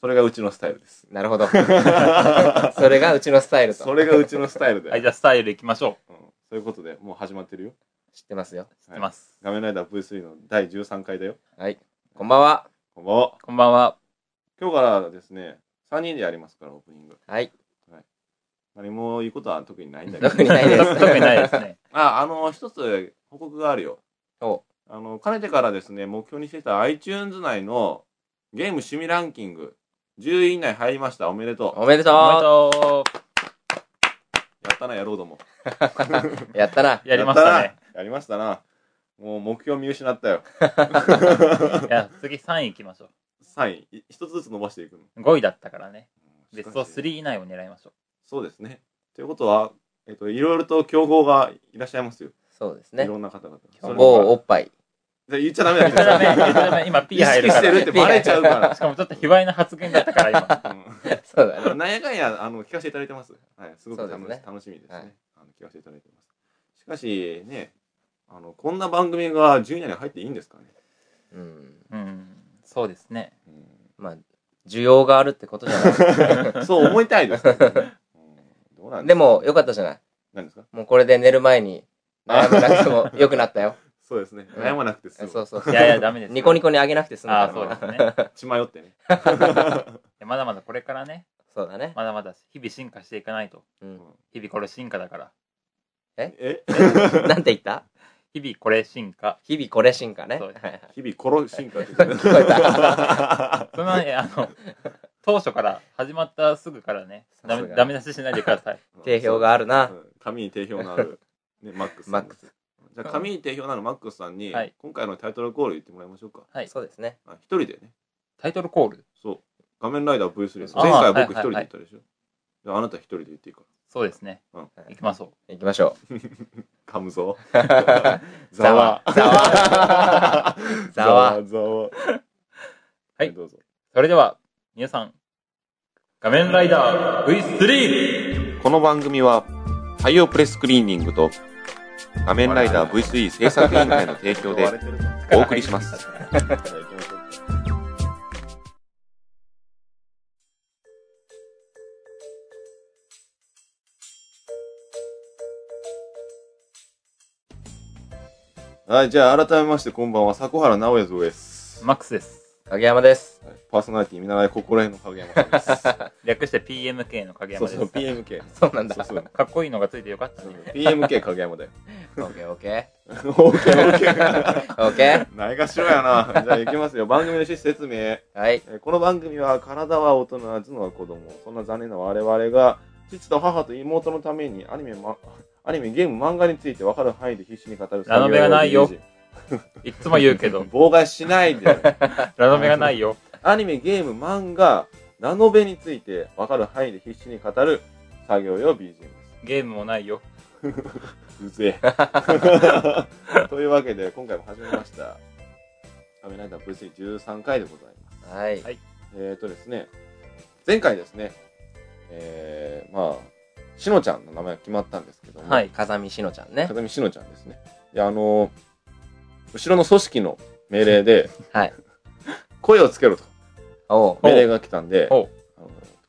それがうちのスタイルです。なるほど。 それがうちのスタイル と。それがうちのスタイルだはい、よ。じゃあスタイルいきましょうんそういうことで、もう始まってるよ。知ってますよ。う。いきます。画面ライダー V3 の第13回だよ。はい。こんばんは。こんばんは。こんばんは。。今日からですね、3人でやりますから、オープニング。はい。何も言うことは特にないんだけど特。にないで す特にない ですね。あ、あの、一つ報告があるよ。おあの、かねてからですね、目標にしていた iTunes 内のゲーム趣味ランキング、10位以内入りました。おめでとおめでとおめでう。とう。やったな、やろうども。やったなう。。やりましやたねっ。な。やりましたな。もう目標見失ったよ。いや、次3位いきましょ3位、い一つずつ伸ばしていくの。う。5位だったからね。ベストしかし3以内を狙いましょそうですね。ということは、えっと、いろいろと競合がいらっしゃいますよ。そうですいね。ろんな方々。某おっぱい。それ言っちゃダメう。だやよっちゃダメ、やっちゃダメ。今 P 入 る意か識してるってら。バレちゃうかしかもちょっと卑猥な発言だったから今。ら。そうだうね。んなんやかんや、あの、聞かせていただいてます。はい、すごく楽し,、そうですね楽しみですね。はいあの、聞かせていただいてます。しかし、ね、あの、こんな番組が10位以内に入っていいんですかね。うん。 うん。そうですね。まあ、需要があるってことじゃなうんそう思いたいですけどね、うんどうなんい。でですかも、よかったじゃない。何ですかもうこれで寝る前に、悩まなくても良くなったよ。そうですね。うん悩まなくて済そうむ。そうそうい。やいや、ダメですよ。ニコニコにあげなくて済むああ、かそうら。ですね。血迷ってね。まだまだこれからね、そうだね。まだまだ日々進化していかないと。うん。日々これ進化だから。えなん て言った日々これ進化。日々これ進化ね。そはういはい日々殺し進化って言って聞こえた。そのね、あ の、当初から、始まったすぐからね、さダすメがダメ出ししないでください。 定評があるなう。ん紙に定評のある、ね、マックスさんマ ックス。じゃあ紙に定評のあるマックスさんに、はい今回のタイトルコール言ってもらいましょうかはいそうですね。あ一人でねタイトルコールそう仮面ライダー V3 あー前回僕一人はいはいでは言いったでしょ、じゃああなた一人で言っていいかそうですね。うん行きましょ行きましょら噛むぞう。ざわ。ざわ。ざわざわはいどうぞう。それでは、皆さん、仮面ライダー V3! この番組は太陽プレスクリーニングと仮面ライダー V3 制作委員会の提供でお送りしますはい、じゃあ改めましてこんばんは、迫原直也蔵です。マックスです。影山です。はいパーソナリティ見習い心得の影山さんです。略して PMK の影そ山うでそう、す。 PMK。そうなんだそう。そう。かっこいいのがついてよかったうんね。 PMK 影山だよ。オッケーオッケ OKOK。ー。オッケ ないがしろやな。じゃあ行きますよ。番組の趣旨説明。ー。はい。えーこの番組は体は大人、頭脳は子供、そんな残念な我々が父と母と妹のためにアニメ、ま、アニメ、ゲーム、漫画について分かる範囲で必死に語るラノベがないよ作業用いっつも言うけ理ど事、妨害しないで。 ラノベがないよ。アニメ、ゲーム、漫画、ラノベについて分かる範囲で必死に語る作業用 BGM です。ゲームもないよ。うぜ え。というわけで、今回も始めました。仮面ライダー V313 回でございます。はい。えっ、ー、とですね、前回ですね、えー、まあ、しのちゃんの名前が決まったんですけども、はい。風見しのちゃんね。風見しのちゃんですね。で、あのー後ろの組織の命令で、はい声をつけろとおう。命令が来たんで、あおのう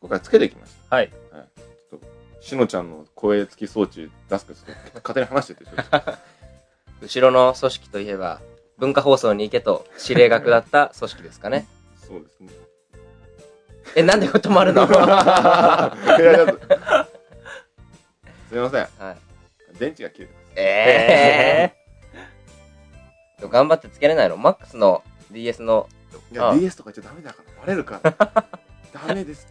今回つけてきましはい。た。はい、ちょっとしのちゃんの声付き装置出すか、ちょっと勝手に話してて、ちょっと後ろの組織といえば、文化放送に行けと指令が下った組織ですかね。そうですね。 え、なんで止まるのはいやちょっとすいません。い。電池が切れてます。ええ頑張ってつけれないのマックスの DS の、いや、ああ DS とか言っちゃダメだから、バレるから。 ダメです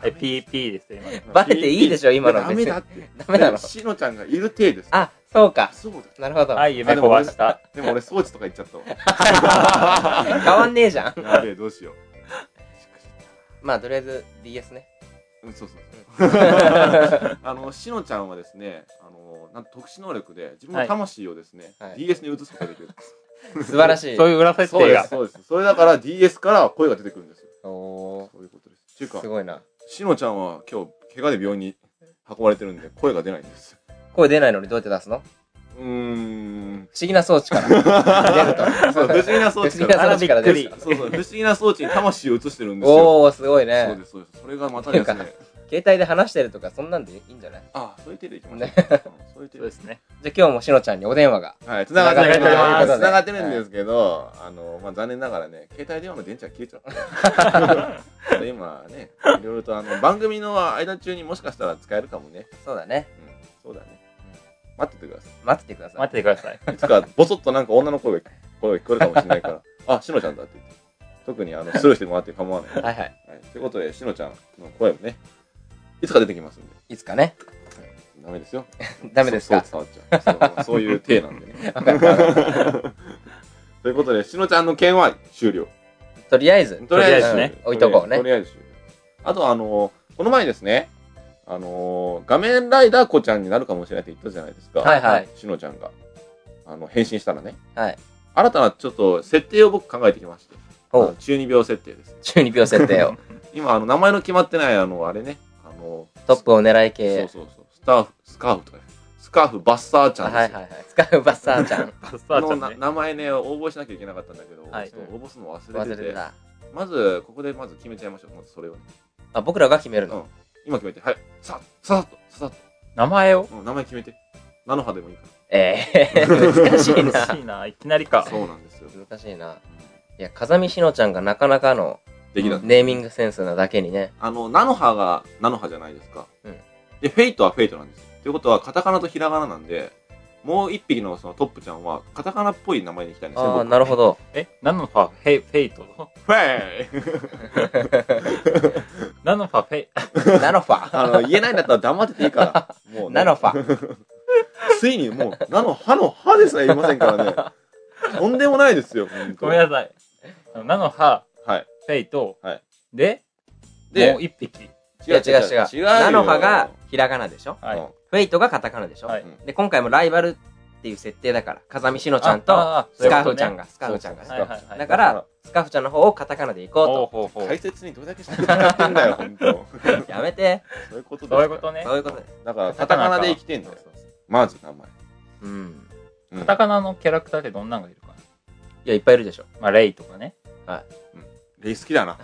って。え、PP ですよ、今。バレていいでしょ今のは。ダメだって。ダメなのしのちゃんがいる体です。あ、そうか。そうだ。なるほど。はい、夢壊した。でも俺装置とか言っちゃったわ。変わんねえじゃん。やべえ、どうしよまあ、とりあえず DS ね。う。うん、そうそうそう。あの、しのちゃんはですね、あの、なんと特殊能力で、自分の魂をですね、はいはい DS に移すことが できる。素晴らしい。そういう裏設そう定でがす、。そうです。それだから DS から声が出てくるんですよ。おそういうことです。っていうー。かす、ごいな。しのちゃんは今日、怪我で病院に運ばれてるんで、声が出ないんですよ。声出ないのにどうやって出すのうーん。不思議な装置から出ると。そう、不思議な装置 不思議な装置から出びっるくりそうそう、不思議な装置に魂を映してるんですよ。おー、すごいそうねで。す、そうです。それがまたですってね。携帯で話してるとか、そんなんでいいんじゃないあ、そういう手でいきましょう。そういう手そでうですね。じゃあ今日もしのちゃんにお電話が。はい、繋がってる繋がってます繋がってるんですけど、あの、まあ、残念ながらね、携帯電話の電池が切れちゃった。で今ね、いろいろとあの、番組の間中にもしかしたら使えるかもね。そうだねう。ん、そうだね。待っててくださ待っててくださ待っい。ててください。い。いつか、ぼそっとなんか女の声が声が聞こえるかもしれないから、あ、しのちゃんだって言って。特にあの、スルーしてもらって構わない。はいはい。はい、ということで、しのちゃんの声もね、いつか出てきますんで、いつかね。ダメですよ。ダメですか。そうそう伝わっちゃうそう。そういう体なんでね。ということで、しのちゃんの件は終了。とりあえず。とりあえずね置いとこうねとりあえず終了。あと、あの、この前ですね、あの、画面ライダー子ちゃんになるかもしれないって言ったじゃないですか。はいはい。しのちゃんが、あの、変身したらね。はい。新たなちょっと設定を僕考えてきまして。おあのう。中二病設定です。中二病設定を。今、あの、名前の決まってない、あの、あれね、あの、トップを狙いそう系。そうそう。スターフ、スカーフとかね。スカーフバッサーちゃはんいではすいよ。はい。使うバッサーちゃん。バスターちのゃんなね。名前ね、応募しなきゃいけなかったんだけど、はいちょっと応募するの忘れ忘てれてて、た。まず、ここでまず決めちゃいましょう。まずそれをね。あ、僕らが決めるうの。ん。今決めて、はい。さ、さっと、さっ名前をと。うん、名前決めて。菜の葉でもいいか。。ええー、難しい難な。しいな。いきなりからそうなんですよ。難しいな。いや、風見しのちゃんがなかなかのできた。ネーミングセンスなだけにね。あの、菜の葉が菜の葉じゃないですか。うんで、フェイトはフェイトなんですよ。ということは、カタカナとひらがななんで、もう一匹のそのトップちゃんは、カタカナっぽい名前にしたいんですよ。ああ、僕なるほど。え、ナノファフェイ、フェイト フェイナノファフェイ、ナノフあァ。の、言え ないんだったら黙ってていいから。もうね、ナノファ。ついにもう、なの、歯の歯でさえいませんからね。とんでもないですよ、本当ごめんなさい。あのナノファ、はい。フェイトはい、で、でもう一匹。いや、違う違う。違うよナノファが、ひらがなでしょうはいんフェイトがカタカナでしょ、はいで、今回もライバルっていう設定だから、風見しのちゃんと、ああスカーフちゃんが、スカそうーいうフこちとゃんねがそうね。いうことねはいはだから、スカーいはい。フちゃんの方をカタカナでいほうこほうほう。大切にどれだけ喋ってんだ よ、本当。うと。やめて。そういうことですそよういうことねそ。ういうことです。だから、カタカナで生きてんだよ。まず、名前。うん。うんカタカナのキャラクターってどんなのがいるかな。いや、いっぱいいるでしょ。まあ、レイとかね。レイ好きだな。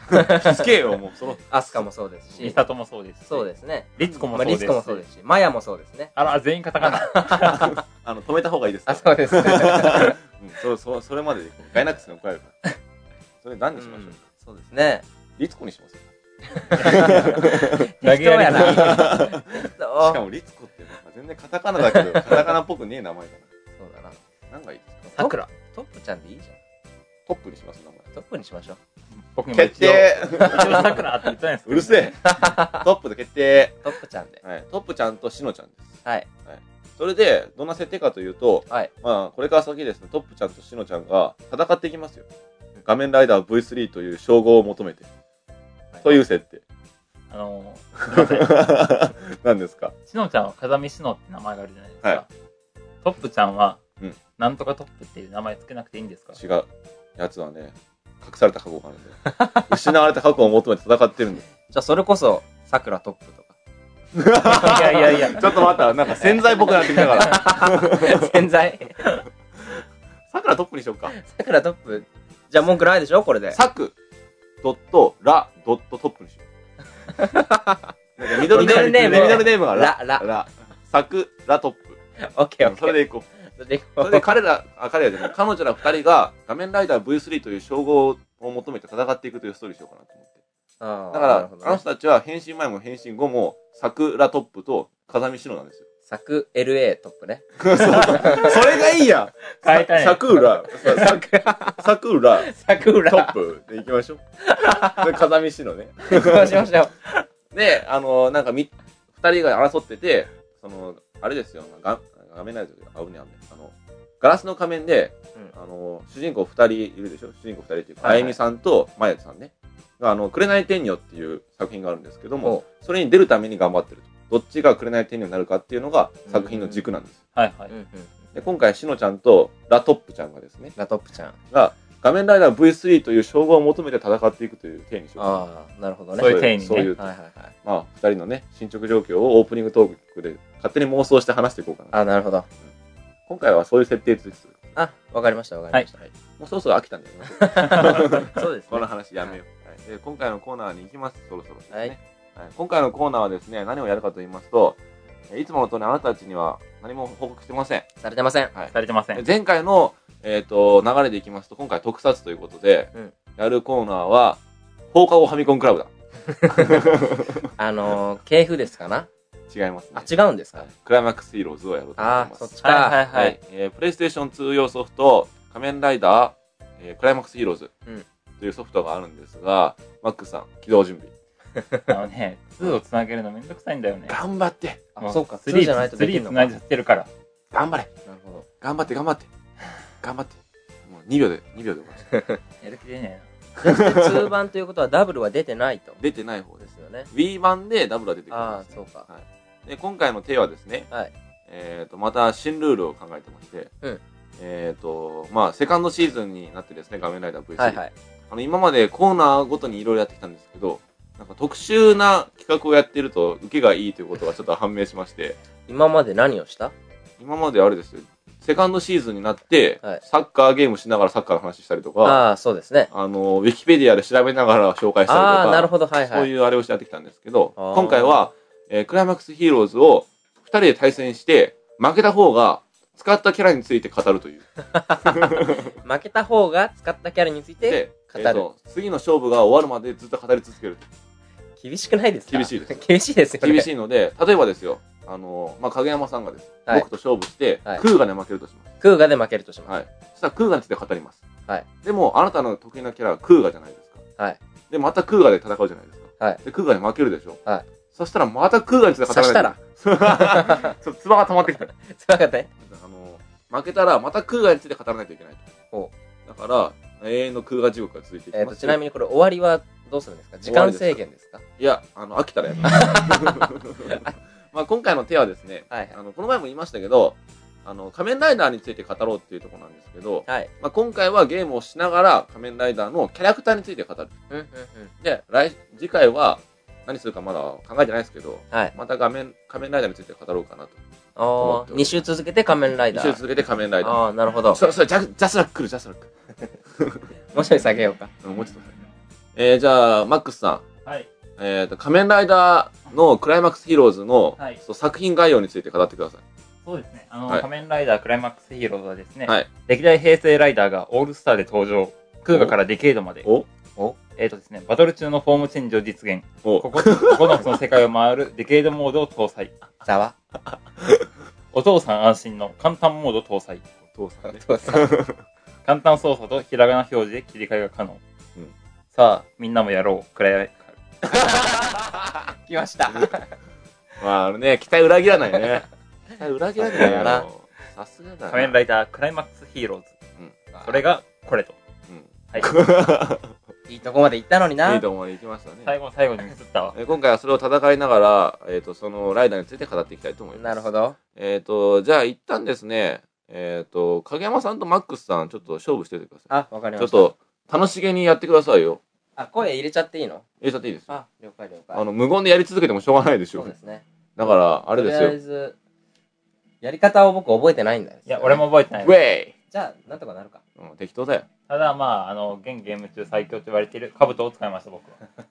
好けよ、もう、その、アスカもそうですミし、サトもそうです。そうですね。リツコもまそあうでリす。スコもそうですし、マヤもそうですね。あら、全員カタカナ。あの、止めた方がいいですかあ、そう です。うんそそそれまでで、ガイナックスに怒られるから。それ何にしましょうかそうですね。リツコにしますし適当やな。適ラゲやりすぎ 当。かも、リツコって、なんか全然カタカナだけど、カタカナっぽくねえ名前だそうだな。な。何がいいですかさくら。トップちゃんでいいじゃトップにします、名前。ん。トップにしましょう。僕にも決一応定一応さくらって言ったんです けどうるせ えトップで決定、トップちゃんで。はい、トップちゃんとしのちゃんです。はい。それで、どんな設定かというと、はいまあ、これから先ですね、トップちゃんとしのちゃんが戦っていきますよ。画面ライダー V3 という称号を求めて、という設定。 あのー、すいません。何ですかしのちゃんは風見しのって名前があるじゃないですか。はいトップちゃんは、うんなんとかトップっていう名前つけなくていいん ですか違う。やつはね、隠された過去があるんだよ。 失われた過去を求めて戦ってるんだよ。じゃあ、それこそ、さくらトップとか。いやいやいやちょっと待った、なんか潜在僕なってきた から。潜在。さくらトップにしよっか。さくらトップ。じゃあ、文句ないでしょこれで。さく、ドット、ら、ドットトップにしよう。なん かミドルネーム、ミドルネームミドルネームがら、ら、ら。ら、さく、らトップ。オッケーオッケー。それでいこう。それでいこそうれで彼ら、あ、彼らじゃない、彼女ら二人が画面ライダー V3 という称号を求めて戦っていくというストーリーしようかなと思って。 あだかーなるらほ、どあのね人たちは変身前も変身後も、さくらトップと風見しのなん ですよ。さく LA トップ ね。そうそうそれがいいや変えたいさくら、さくら。さくら、さくトらッ。プでいきましょう。 で風見しのね。そうしましょう。で、あのなんかみ、二人が争ってて、その、あれですよ、が画面ないですよ、あぶねあぶね。あの、ガラスの仮面で、うあの、主人公二人いるでしょ主人公二人っていうか、はいあはいゆみさんとまやさんね。が、あの、紅天女っていう作品があるんですけどおもう、それに出るために頑張ってると。どっちが紅天女になるかっていうのが作品の軸なんです。はいはいうん。うん。で、今回、しのちゃんとラトップちゃんがですね、ラトップちゃん。が、画面ライダー V3 という称号を求めて戦っていくという体にしよう。ああ、なるほどね。そういう体にねそういう、はいはいはい。まあ、二人のね、進捗状況をオープニングトークで勝手に妄想して話していこうかな。あ、なるほど。今回はそういう設定です。あ、わかりました、わかりました。はい。もうそろそろ飽きたん だよね。そうですこのね。話やめよう、はいえー今回のコーナーに行きます、そろそろですね、はいはい今回のコーナーはですね、何をやるかと言いますと、えーいつもの通りあなたたちには何も報告してません。されてません。されてません。前回の、えー、と流れでいきますと、今回特撮ということで、うんやるコーナーは、放課後ファミコンクラブだ。あのー、系譜ですかな違いますねあ、。違うんですかクライマックスヒーローズをやろうと思いまあー、すそっ。ちはいはいか。ははいい。、えー、プレイステーション2用ソフト、仮面ライダー、えークライマックスヒーローズうんというソフトがあるんですが、マックさん、起動準備。あのね、2をつなげるのめんどくさいんだよ ね。頑張ってあ、そうか。 3 2じじゃゃなないいととででききるるののか。か。なる3つ繋いじゃってるから。頑張れほど。頑張って頑張って頑張ってもう2秒で2秒で終わりましたやる気出ね通版ということはダブルは出てないと。出てない方でですすよね。 Wii 版でダブルは出てくるんあですあ、そうか。で今回のテーはですね、はいえー、とまた新ルールを考えてまして、うんえっ、とまあセカンドシーズンになってですね「仮面ライダー VC」はいはい。あの今までコーナーごとにいろいろやってきたんですけどなんか特殊な企画をやってると受けがいいということがちょっと判明しまして今まで何をした今まであれですよセカンドシーズンになって、はいサッカーゲームしながらサッカーの話したりとかああ、そうですね。あの、ウィキペディアで調べながら紹介したりとか、ああ、なるほど。はいそはうい。いうあれをしてやってきたんですけど、あー今回は、えークライマックスヒーローズを2人で対戦して、負けた方が使ったキャラについて語るという。負けた方が使ったキャラについて語えーる。と次の勝負が終わるまでずっと語り続ける。厳しくないですか厳しいです。厳しいですよね。厳い。しいので、例えばですよ、あの、まあ、影山さんがです。はい僕と勝負して、はいクーガで負けるとします。空ガで負けるとします。はい。そしたらクーガについて語ります。はいでも、あなたの得意なキャラはクーガじゃないですか。はい。で、またクーガで戦うじゃないですか。はいで、クーガに負けるでしょ。はい。そしたらまたクーガについて語ら刺ないしとたら。ちょ っと唾が溜まってきた。つまかったね。あの、負けたらまた空ガについて語らないといけないほと。だから、永遠の空ガ地獄が続いていきます。えっと、ちなみにこれ終わりはどうするんですか時間制限ですかいや、あの、飽きたらやめ ます まあ今回の手はですね、はいあの、この前も言いましたけど、あの、仮面ライダーについて語ろうっていうところなんですけど、はい。まあ今回はゲームをしながら仮面ライダーのキャラクターについて語る。うんうんうん。で、来、次回は何するかまだ考えてないですけど、はい。また画面、仮面ライダーについて語ろうかなと。ああ、2週続けて仮面ライ一ダ週ー。続けて仮面ライダー。ああ、なるほど。そうそう、ジャジャスラック来る、ジャスラック。もうちょい下げようか。うんもうちょっと。えー、じゃあ、マックスさん。はい。えーと、仮面ライダーのクライマックスヒーローズの、はいそう作品概要について語ってください。そうですね。あの、はい仮面ライダークライマックスヒーローズはですね、はい歴代平成ライダーがオールスターで登場。空ガからディケードまで。おえっ、とですね、バトル中のフォームチェンジを実現。おここ9つの世界を回るディケードモードを搭載。ざわ。お父さん安心の簡単モード搭載。父さんね。どうさ。簡単操作とひらがな表示で切り替えが可能。うんさあ、みんなもやろう。くらい。来ました。 まあ、あのね、期待裏切らないね。期待裏切らないそうだなな。さすがだな。仮面ライダークライマックスヒーローズ。それが。がこれと。はい。いいとこまで行ったのにうん。い。ないとこまで行きました最ね。後の最後にミスったわ。えー今回はそれを戦いながら、えーと、そのライダーについて語っていきたいと思います。なるほど。えっ、と、じゃあ一旦ですね、えっ、と、影山さんとマックスさん、ちょっと勝負しておいてくださあ、わかりい。ちまょし。ったと、楽しげにやってくださいよ。あ、声入れちゃっていいのえ、ちゃっていいですよ。あ、了解了解。あの、無言でやり続けてもしょうがないでしそょうで。すね。だから、あれですよとりあえ。ず、やり方を僕覚えてないんだよ。 いや、俺。も覚えてないウ。ェイじゃあ、なんとかなるか。うん、適当だよ。ただまあ、あの、現ゲーム中最強と言われている兜を使いました、僕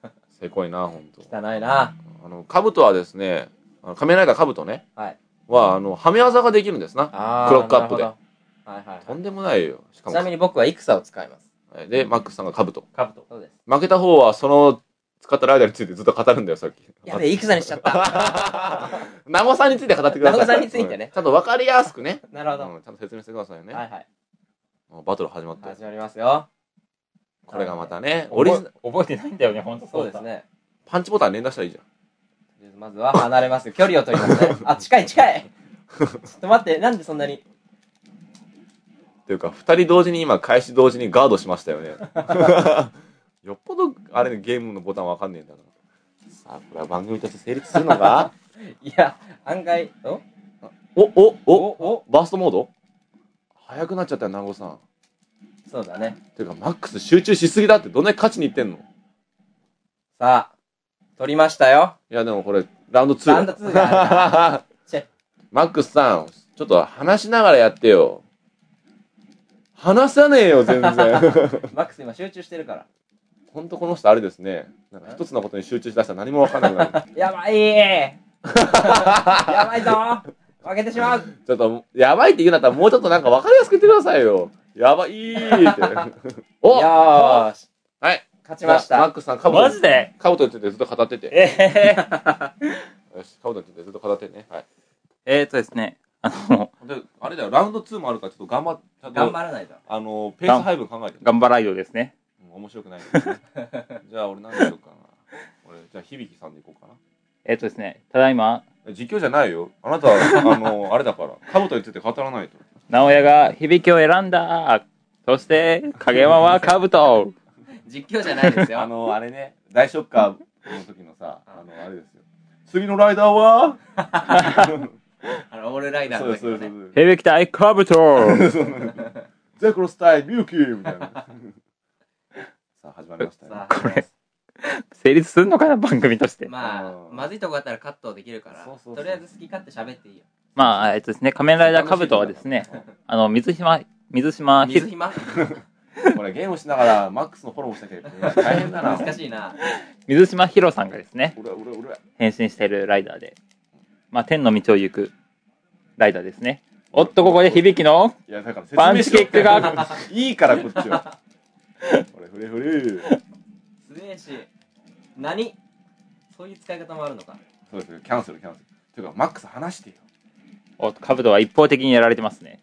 は。せこいな、ほんと。汚いな。あの、カブトはですね、あの仮面ライダーカブトね、はい。は、あの、はめ技ができるんですな。あークロックアップでなるほどはいはいとはんでもないよ。しかもい。ちなみに僕は戦を使います。はいで、マックスさんがカブト。兜。そうです。負けた方は、その、使ったライダーについてずっと語るんだよ、さっき。やべえ、戦にしちゃった。ナモさんについて語ってください。ナモさんについてねうちゃんと分かりやすく ね。 なるほうんちゃんと説明してくださいね。ど。はいはい。もうバトル始まって始。まりますよ。これがまたね、オリジナ覚え覚えてないんだよね、ほんとそうです。ね。パンチボタン連打したらいいじゃん。とりあえずまずは離れます。距離を取ります ね。あ、近い近い。ちょっと待って、なんでそんなに。っていうか、二人同時に今、開始同時にガードしましたよね。 よっぽど、あれね、ゲームのボタンわかんねえんだな。さあ、これは番組として成立するの かいや、案外、おお、お、おお、おバーストモード早くなっちゃったよ、ナゴさん。そうだね。ていうか、マックス集中しすぎだって、どんなに勝ちにいってんのいさあ、取りましたよ。や、でもこれ、ラウンド2。ラウンド2がある マックスさん、ちょっと話しながらやってよ。話さねえよ、 全然。マックス今集中してるから。ほんとこの人あれですね。なんか一つのことに集中しだしたら何もわかんなくなる。や ばいやばいぞ負けてしまうちょっと、やばいって言うんだったらもうちょっとなんかわかりやすく言ってくださいよ。やばいー って。およーしはい。勝ちましマッたクスさん、カブマジでカブトについてずっと語ってて。ええよし、カブトについてずっと語ってね。はい。 えーとですね、あの、で、あれだよ、ラウンド2もあるから、ちょっと頑張っちゃんと頑張らないと。あの、ペース配分考えて。頑張らいよですね。うん面白くないです ね。じゃあ、俺何しようかな。俺、じゃあ、響さんでいこうかな。えーとですね、ただいま、実況じゃないよ。あなたは、あ の、あれだから、カブトについて語らないと。直哉が響きを選んだそして、影山は兜実況じゃないですよ。 あの、あれね、大ショッカーの時のさ、あの、あれですよ。次のライダー はあの、オールライダーそうのです、時そうのですそね。うです。響き対 兜 ゼクロス対ミュウキーみたい な。さあ、始まりましたねさ。あこれ成立すんのかな、番組として。まああー、まずいとこあったらカットできるからそうそうそうとりあえず好き勝手喋っていいよ。まあ、えっとですね、仮面ライダー兜はですね、あの、水島、水島ひ水暇これゲームしながらマックスのフォローもしなきゃいけない。大変だな。難しいな。水島ひろさんがですね、俺は俺は俺は変身しているライダーで、まあ、天の道を行くライダーですね。おっと、ここで響きのいやだから説パン明チしろキックがって いいからこっちは。これフレフレ。すげえし、何そういう使い方もあるのか。そうですよキャンセルキャンセル。ていうかマックス話してよ。おっと、兜は一方的にやられてますね。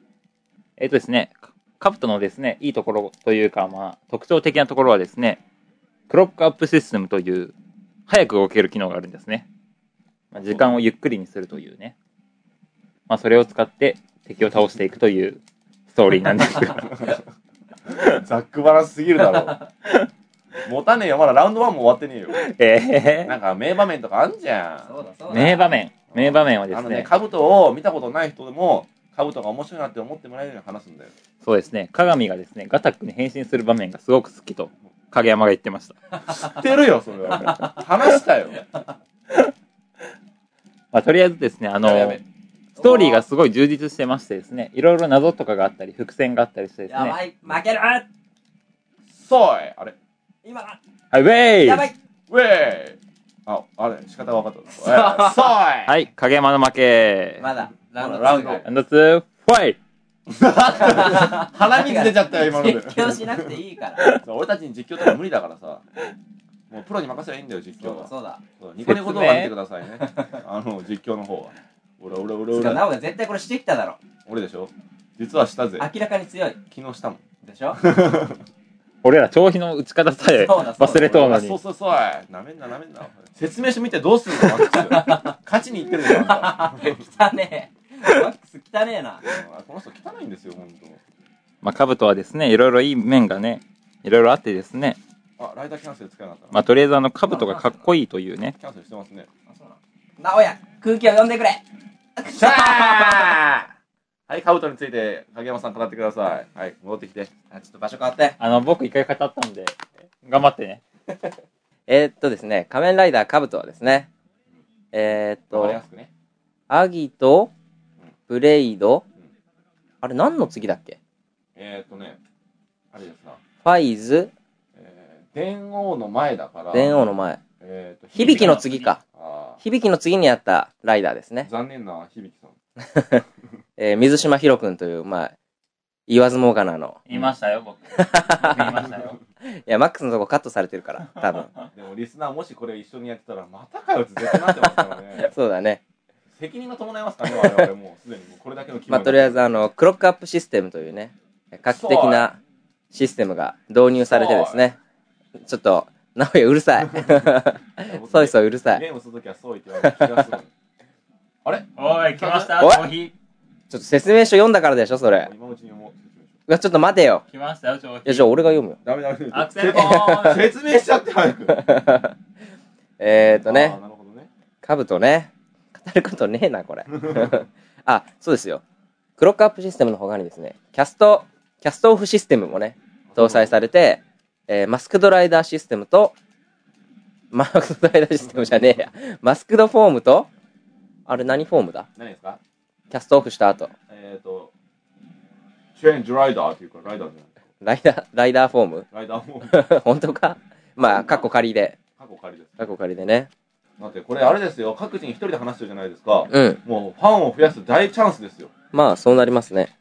えっ、とですね、か兜のですね、いいところというか、まあ、特徴的なところはですね、クロックアップシステムという、早く動ける機能があるんですね。まあ、時間をゆっくりにするというね。まあ、それを使って敵を倒していくというストーリーなんです が。ザックバランスすぎるだろ う。持たねえよまだラウンド1も終わってねえよ。えなんか名場面とかあんじゃそうだそー、うだ。名場面。名場面はん。あですのねね、兜を見たことない人でも兜が面白いなって思ってもらえるように話すんだよ。そうですね、鏡がですね、ガタックに変身する場面がすごく好きと、影山が言ってました。知ってるよそれは。話したよ。まあ、とりあえずですね、あの、やべやべストーリーがすごい充実してましてですね、いろいろ謎とかがあったり、伏線があったりしてですね、やば、はい負けるそういあれ。今だい、ウェイやばいウェイあ、あれ、仕方が分かった。そういはい、影山の負け。まだ、ラウンドまだラウンド2がある。アンドツー、ファイ 鼻水出ちゃったよ、今ので。実況しなくていいから。俺たちに実況とか無理だからさ。もうプロに任せりゃいいんだよ、実そ況うだは。そうだ。そうニコニコ動画見てくださいね。 あの、実況の 方は。俺、俺、俺、しかも、俺、なおが絶対これしてきただろ。俺でしょ実はしたぜ。明らかに強い。昨日したもん。でしょ俺ら調皮の打ち方さえそうだそうだ忘れとうのそうに。そうそうい。なめんな、なめんな。説明書見てどうすんのマックス 勝ちにいってるじゃんあ汚ねえ。マックス汚ねえな。んた。この人汚いんですよ、ほんと。まあ、兜はですね、いろいろいい面がね、いろいろあってですね、あ、ライダーキャンセル使えなかったな。まあ、とりあえずあの、兜がかっこいいというね、キャンセルしてますね。あそうなのなおや、空気を読んでくれしゃーはい、カブトについて、影山さん語ってください。はい、戻ってきて。あちょっと場所変わって。あの、僕一回語ったんで、頑張ってね。えー、っとですね、仮面ライダーカブトはですね、えー、っわかとりや、すくね。アギとうん、ブレイドうん、あれ何の次だっけえーっとね、あれですな。ファイズ、えー、電王の前だから。電王の。前。えーっと、響きの。次か。あ響きの次にあったライダーですーね。残念な響きさん。えー、水島ひろくんという、まあ、言わずもがなの。言いましたよ、 僕。僕言いましたよ。いや、マックスのとこカットされてるから、多 分。。でも、リスナーもしこれ一緒にやってたら、またかよって絶対なってますからね そうだね。責任が伴いますからね、我々もうすでに。もうこれだけの気まあ、とりあえず、あの、クロックアップシステムというね、画期的なシステムが導入されてですね、ちょっと、なおや、うるさい。 そいそいうるさい。ゲームするときはそう言って言われた気がする。あれおい、来ました、おい調皮。ちょっと説明書読んだからでしょ、それ。今のうちに思う。うわちょっと待てよ。来ましたよ、調いや、皮。じゃあ俺が読むよ。 ダメダメ。アクセルコーン 説明しちゃって早く。えーとあねー、なるほどね。カブトね。語ることねえな、これ。 あ、そうですよ。クロックアップシステムの他にですね、キャスト、キャストオフシステムもね、搭載されて、えーマスクドライダーシステムと、マスクドライダーシステムじゃねえや。マスクドフォームと、あれ何フォームだ何ですかキャストオフした後。えっ、と、チェンジライダーっていうか、ライダーじゃない。ライダー、ライダーフォーム ライダーも本当かまあ、カッコ仮で。過去仮です。カッコ仮でね。だってこれあれですよ、各人一人で話してるじゃないですか。うん。もうファンを増やす大チャンスですよ。まあ、そうなりますね。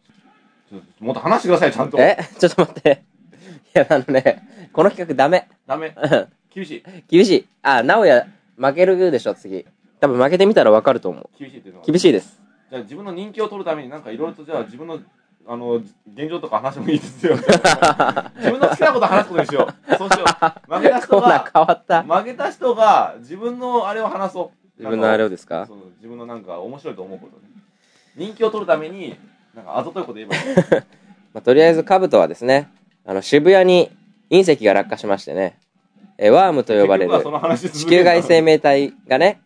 ちょっともっと話してください、ちゃんと。え ちょっと待って。いや、あのね、この企画ダメ。ダメ。うん厳しい。厳しい。あ、直哉、負けるでしょ、次。多分負けてみたらわかると思う。厳しいっていうのは。厳しいです。じゃあ自分の人気を取るために、なんかいろいろとじゃあ自分の、あの、現状とか話してもいいです よ。自分の好きなこと話すことにしよう。そうしよう。負コけた人ーナーが、変わった。負けた人が自分のあれを話そう。自分のあれをですなんかそかう自分のなんか面白いと思うことね。人気を取るために、なんかあざといこと言えばいい。まあ、とりあえず、カブトはですね、あの、渋谷に隕石が落下しましてね、え、ワームと呼ばれる結局はその話続地ける球んだ外生命体がね、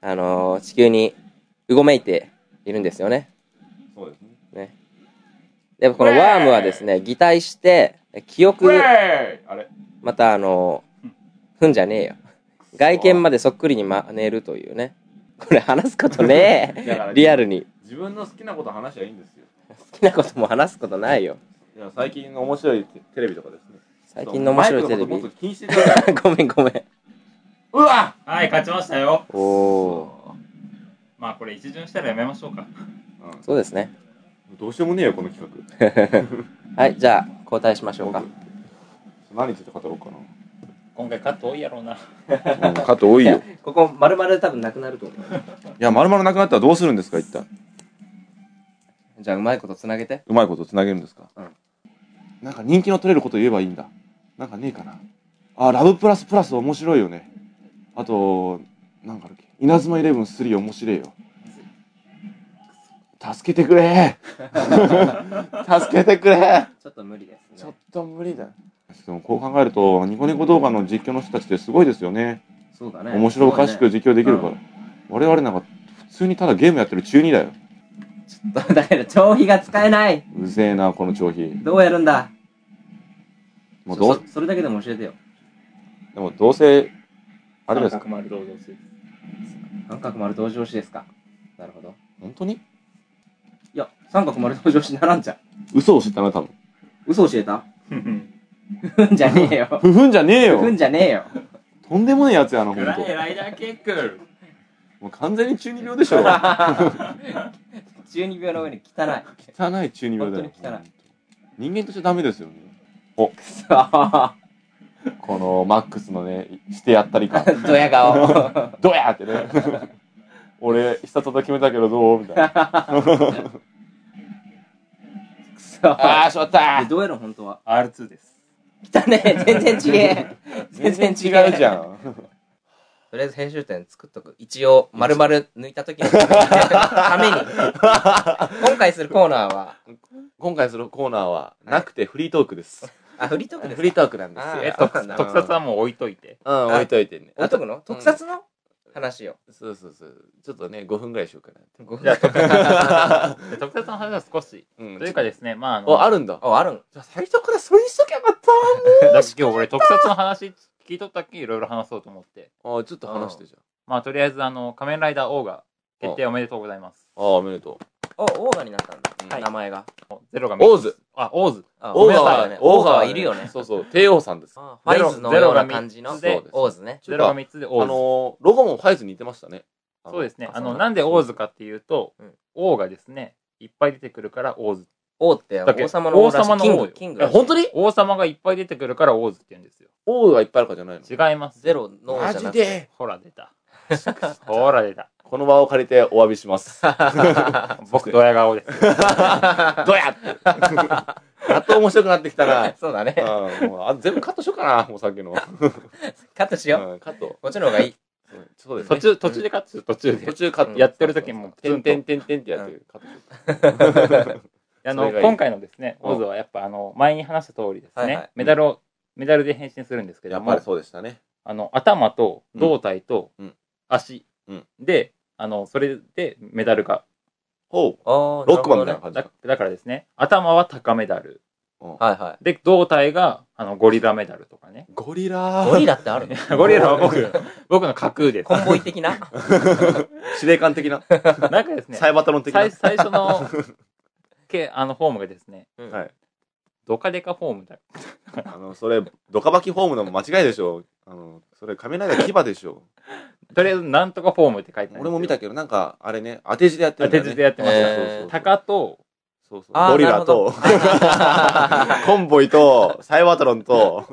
あのー地球にうごめいているんですよね。そうですね。で、このワームはですね、擬態して、記ウ憶、ェーイあれまたあのーふんじゃねえよ。外見までそっくりに真似るというね。これ話すことねだからえ。リアルに。自分の好きなこと話しゃいいんですよ。好きなことも話すことないよ。いや最近の面白いテテレビとかですね。最近の面白いテレビ。マイクのこともっと気にしてください。 ごめんごめん。うわはい、勝ちましたよ。おおまあこれ一巡したらやめましょうか。ー。そうですね。うんどうしようもねえよ、この企画。 はい、じゃあ、交代しましょうか。何について語ろうかな。今回カット多いやろうな。うん、カット多いよ。いここ、まるまる多分なくなると思う。や、まるまるなくなったらどうするんですか、一体。じゃあ、うまいことつなげて。うまいことつなげるんですか。うんなんか人気の取れること言えばいいんだ。なんかねえかな。あ、ラブプラスプラス面白いよね。あと、なんかあるっけ。稲妻イレブン3面白いよ。助けてくれ 助けてくれちょっと無理ですねちょっと無理だ。でもこう考えると、ニコニコ動画の実況の人たちってすごいですよね。そうだね面白おかしく実況できるから。我々なんか普通にただゲームやってる中2だよ。だから、調費が使えないうぜえな、この長飛。どうやるんだもうどうそ、それだけでも教えてよ。でもどうせ、あれですかか。丸同様する三角丸同時押しですか。なるほど。本当にいや、三角丸同時押しならんじゃん。嘘を知ったな、多分。嘘教えたふ んじゃねえよ。ふふんじゃねえよふんじゃねえよ。とんでもねえやつやな、ほんと。偉いライダーキック。もう完全に中二病でし ょ。中二病の上に汚い。汚い中二病だよ本。当に汚い人間としてダメですよね。くそこのマックスのね、してやったり感。 ー。ドヤ顔。どやってね。 俺、必殺技決めたけどどうみたいな。く そー。ああ、しまったでどうやるの本当は。 R2 です。汚ねえ。全然違 え。全然違え。うじゃん。ん。とりあえず編集点作っとく。一応、丸々抜いた時のために。今回するコーナーは、今回するコーナーは、なくてフリートークです。あ、フリートークですフリートークなんですあよ。ーえ、と特 特撮はもう置いといて。うん、置いといてね。置いとくの特撮の話を。そうそうそう。ちょっとね、5分ぐらいしようかな。ごめんじゃあ特 撮で特撮の話は少し。うんというかですね、まああの、お、あるんだ。あ、あるんじゃあ最初からそれにしとけばよかっだって今日俺特撮の話聞いとったっけいろいろ話そうと思って。た。ああ、ちょっと話してじゃまあとりあえずあの、仮面ライダーオーガ決定おめでとうございます。あ。ああ、おめでとう。お、オーガになったんだ。はい名前が。ゼロがオーズ。あ、オーズ。あオーガごめんなさいはね、オオーーガガははいいるるよよね。ね。そうそう、帝王さんです。ああファイズのような感じの、ゼロゼロが三つでオーズね。ゼロが3つでオーズ。のー、ロゴもファイズ似てましたね。あのそうですね。ああそうの、なんだなんでオーズかっていうとうん、王がですね、いっぱい出てくるから王ズ。王ってだっけ王様の王らしい王様のキン王グ、よキングえ、らしい。本当に王様がいっぱい出てくるから王ズって言うんですよ。オーがいっぱいあるからじゃないの違います。ゼロの王マじゃジなくて。でほら出た。 ほら出た。この場を借りてお詫びし ます。僕、ドヤ顔です。どうやってやっと面白くなってきたな。 そう だね。うんもうあ全部カットしようかな、もうさっきの。カットしよう。うんカット。こっちの方がいい。うんそうです途ね。中、途中でカットする、途中で途。中カット。やってる時もてんてんてんてんってやってる。カットそあの、れがいい今回のですね、うんオーズはやっぱあの、前に話した通りですはいはいね、メダルを、メダルで変身するんですけやどっぱりも、そうでしたね。あの、頭と胴体とうんうん足うんで、あの、それでメダルが。ほう。ロロックマンみたいな感じだだからですね、頭は高メダル。うんはいはで、胴体が、あの、ゴリラメダルとかね。ゴリラい。ゴリラってあるゴリラは僕、僕の架 空です。コンボイ的な司令官的な、なんかですね、サイバタロン的な。最最初の、 けあの、フォームがですね、はい。ドカデカフォームだ。あの、それ、ドカバキフォームの間違いでしょ。あの、それ、仮面ライダー牙でしょ。とりあえず、なんとかフォームって書いてある。俺も見たけど、なんか、あれね、当て字でやってるんだよね。当て字でやってましたそうそうそうタカと、そうそうあーゴリラと、コンボイと、サイバトロンと、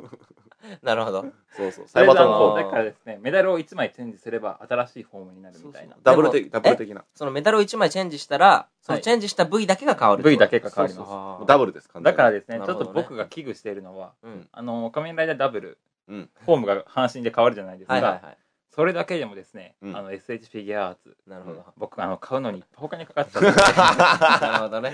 なるほど。そうそう、 そサイれバであトのロのンーだからですね、メダルを1枚チェンジすれば新しいフォームになるとみたいな。ダブル的、ダブル的な。そのメダルを1枚チェンジしたら、そのチェンジした部位だけが変わるってこと。部位だけが変わりますあーダブルです、完全だにからですね、なちるょっほどとね僕が危惧しているのは、うんあの、仮面ライダーダブル、うんフォームが半身で変わるじゃないですか。はいはいはい。それだけでもですね、うんあの、SH フィギュアアーツ、なるほど。僕、あの、買うのにいっぱい他にかかっちゃって、なるほどね。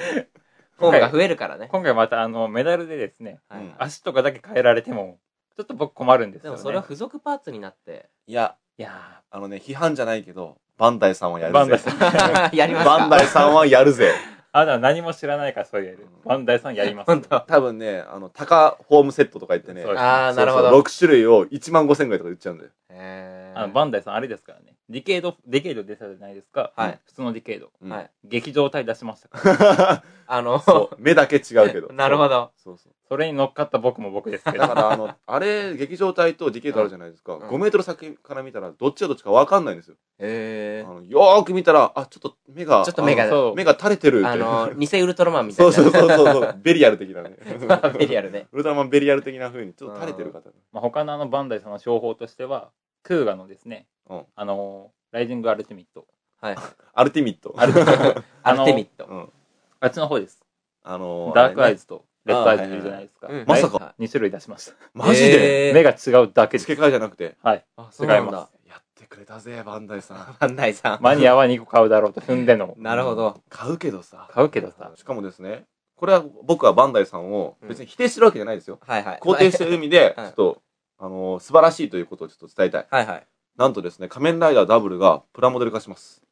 フォームが増えるからね。今回またあの、メダルでですね、はいはい足とかだけ変えられても、ちょっと僕困るんですでよね。もそれは付属パーツになって、 いや、いやあのね、批判じゃないけど、バンダイさんはやーるぜ。バンダイさ ん。やりますかバンダイさんはやるぜ。あなたは何も知らないからそう言える。バンダイさんやります。本当多分ね、あの、タカホームセットとか言ってね、そ うああ、なるほど。 6種類を1万5千ぐらいとかで売っちゃうんだよ。へーあの、バンダイさんあれですからね。ディケイド、ディケイド出たじゃないですか。はい普通のディケイド。うんはい。劇場体出しましたから。 あの、そう、目だけ違うけど。 なるほど。そうそう。それに乗っかった僕も僕ですけだかど。 らあの、あれ、劇場隊とディケートあるじゃないですか。ん5メートル先から見たら、どっちがどっちかわかんないんですよ。あへのよーく見たら、あ、ちょっと目が、ちょっと目があのそう目が垂れてるえ。みたあいな。の、偽ウルトラマンみたいそな。うそうそうそうそう、ベリアル的なね。 ベリアルね。ウルトラマンベリアル的な風に、ちょっと垂れてる方。まあ、他のあのバンダイさんの商法としては、クーガのですね、うんあのーライジングアルティミット。はい。アルティミット。アルティミット。アルテミットう。ん。あっちの方です。あのー、ダークアイズ。ズとレッドアイズいるじゃないですか。あはいはいまさかはい2種類出しました。マジで、へー目が違うだ付けです。け替えじゃなくて。はい。あ、そ違ういなんまだす。。やってくれたぜ、バンダイさん。バンダイさん。。マニアは2個買うだろうと踏んでの なるほど。買うけどさ。買うけどさ。しかもですね、これは僕はバンダイさんを別に否定してるわけじゃないですよ。はいはい。肯定してる意味で、ちはょいっと、あのー素晴らしいということをちょっと伝えたい。 はいはい。なんとですね、仮面ライダーダブルがプラモデル化します。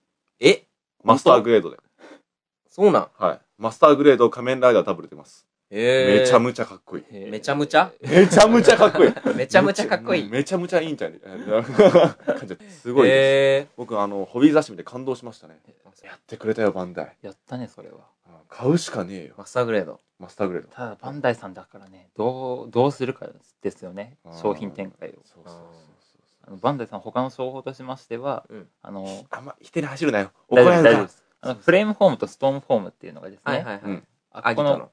えマスターグレードで。そうなんはい。マスターグレードを仮面ライダーダブル出ます。えめちゃむちゃかっこいい。めちゃむちゃめちゃむちゃかっこいい。めちゃめちゃかっこいい。めちゃむちゃいいんじゃね 感じすごいです。え僕、あの、ホビー雑誌見て感動しましたね。やってくれたよ、バンダイ。やったね、それは。うん買うしかねえよー、、マスターグレード。マスターグレード。ただ、バンダイさんだからね、どう、どうするかですよねあ。ー商品展開を。そうそうそうそう。あのバンダイさん、他の商法としましては、うんあの、あんま、否定に走るなよ。怒大丈られる夫大丈夫かです。あの、フレームフォームとストームフォームっていうのがですね、はいはいはういん。あギこタの、の。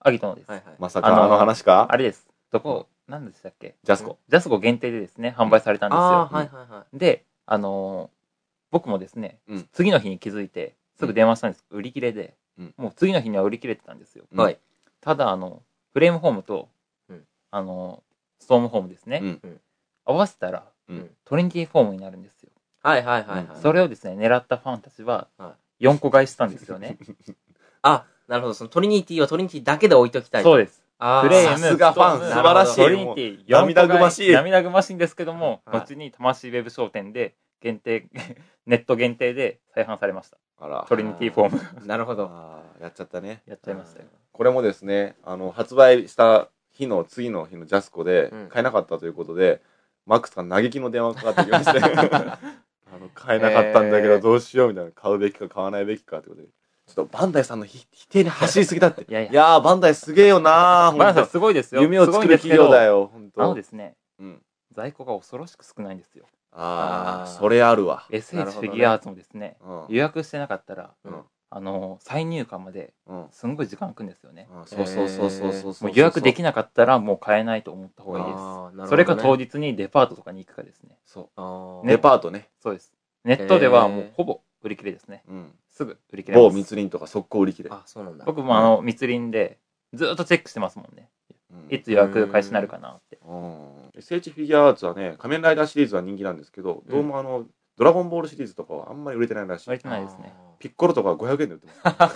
アギトのです。はいはい。まさかあのあの話かあれです。どこ、何でしたっけジャスコ。ジャスコ限定でですね、販売されたんですあよ。あ、はいはいはい。で、あのー僕もですね、うん次の日に気づいて、すぐ電話したんです。売り切れで、うんもう次の日には売り切れてたんですよ。うんはい。ただ、あの、フレームホームと、うんあのーストームホームですね、うんうん合わせたら、うんトリニティフォームになるんですよ。はいはいはいうんはい。それをですね、狙ったファンたちはは、 4個買いしたんです よね。あ、なるほど。そのトリニティをトリニティだけで置いときたい。そうう。です。あフあ、レーさムすがファン、素ストーム晴らしい。トリニティもう涙ぐましい涙ぐましいんですけども、はい後に魂ウェブ商店で限定 ネット限定で再販されましたあらト。リニティフォームなるほど。あーやっちゃったね。やっちゃいましたよこれもですね、あの、発売した日の次の日のジャスコでうん、買えなかったということで、マックスから嘆きの電話がかかってきま して、あの、買えなかったんだけえどーどうしようみたいな、買うべきか買わないべきかってことで、ちょっとバンダイさんのひ否定に走りすぎだって。いいやいややー、バンダイすげえよなー、バナさんほんすごいですとよ夢を作る企業だよ、ほんすごいんですけどあのとで。すねうん。在庫が恐ろしく少ないんですよああー、ーそれあるわ。なる SH ほフどねィギュアアーツもですねうん。予約してなかったら、うんあの再入荷までうん。すんごい時間空くんですよね、あそうそうそうそうそうそう。もう予約でなきなかったらもう買えないと思った方がいいです、あーなるほどねそれか当日にデパートとかに行くかですねそう。あーデパートね。そうですネットではもうほぼ売り切れですねうん。すぐ売り切れま某す密林とか速攻売り切れ。あ、そうなんだ。僕もあの密林でずっとチェックしてますもんねうんいつ予約開始になるかなってうん SH フィギュアアーツはね、仮面ライダーシリーズは人気なんですけど、うんどうもあの、ドラゴンボールシリーズとかはあんまり売れてないらしい売れ。てないですねあーピッコロとかは500円で売 ってます。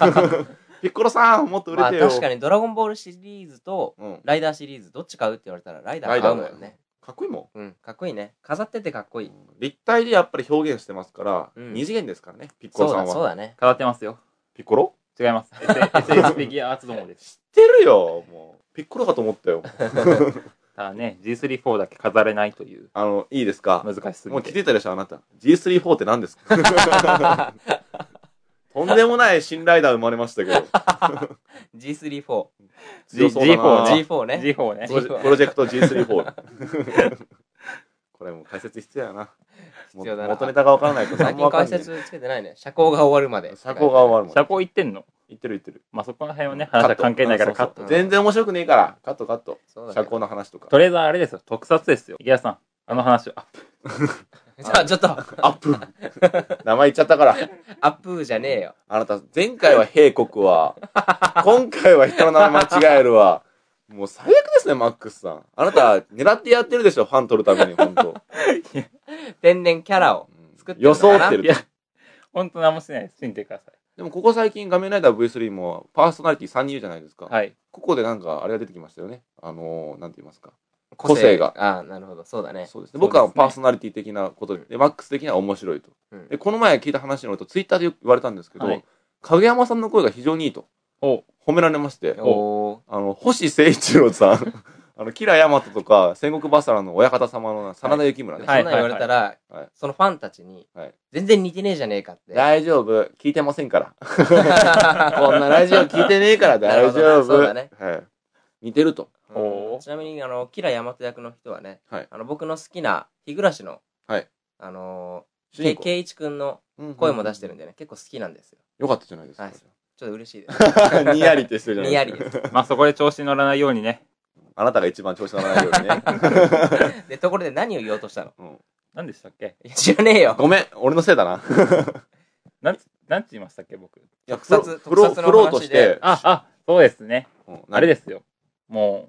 ピッコロさん、 もっと売れまあてよ。確かにドラゴンボールシリーズとうん。ライダーシリーズどっち買うって言われたらライダー買うもんね。かっこいいもうん、かっこいいね。飾っててかっこいんい。。立体でやっぱり表現してますから、うん二次元ですからね、ピッコロそうさだ、んそうは。だね。変わってますよピッコロ違います SH フィギュアアーツどもです知ってるよ、もう。ピッコロかと思ったよ。ただね、G34 だけ飾れないという、あの、いいですか難しすぎもう気づて。いたでしょ、あなた。G34 って何です かとんでもない新ライダー生まれましたけど。 G34。強 G4 そうだな G4 ね。 G4 ねプ。ロジェプロジェクト G34。これもう解説必要やな。も必要だな元ネタが分からないと最何も分近か解んない。説つけてないね。社交が終わるまで。社交が終わるもん。車高行ってんの言ってる言ってる。まあ、そこの辺はね、話は関係ないからカッそうトそう。全然面白くねえから。カットカット。そうだね社交の話とか。とりあえずあれですよ、特撮ですよ。池田さん、あの話を、あじゃあちょっと、アアップ名前言っちゃったから。ップじゃねえよ。あなた、前回は兵国は、今回は人の名前間違えるわ。もう最悪ですね、マックスさん。あなた、狙ってやってるでしょ、ファン取るために、本当天然キャラを作ってる予のかな想ってるい。や、ほんと何もしてないです。信じてください。でも、ここ最近、画面ライダー V3 も、パーソナリティ3人いるじゃないですか。はい。ここでなんか、あれが出てきましたよね。あのー、なんて言いますか。個性が。ああ、なるほど。そうだそうね。ですそうですね。ね僕はパーソナリティ的なことで、でマックス的には面白いと。うんで、この前聞いた話によると、ツイッターでよく言われたんですけど、はい影山さんの声が非常にいいと、お褒められまして、おー。あの、星誠一郎さん。 あの、キラヤマトとか、戦国バサラの親方様の真田幸村そね、んはないん言われたらはい、そのファンたちにはい、全然似てねえじゃねえかって。大丈夫。聞いてませんから。こんなラジオ聞いてねえから 大丈夫。なるほどねそうだねはい。似てると。 おーちなみに、あの、キラヤマト役の人はね、はいあの僕の好きな日暮らしの、はいあの主ー、け人公。圭一くんのうん声も出してるんで。でね、結構好きなんですよ。よかったじゃないですはかい。ちょっと嬉しいです。 にやりってしてるじゃないにやりです。まあ、そこで調子に乗らないようにね。あなたが一番調子乗らないようにね。 で、ところで何を言おうとしたの うん何でしたっけいや知らねえよ。ごめん、俺のせいだな。なんつ、なんつ言いましたっけ、僕。いや特撮プロ特撮の話でプロとして、。あ、あ、そうですね。あれですすよ。も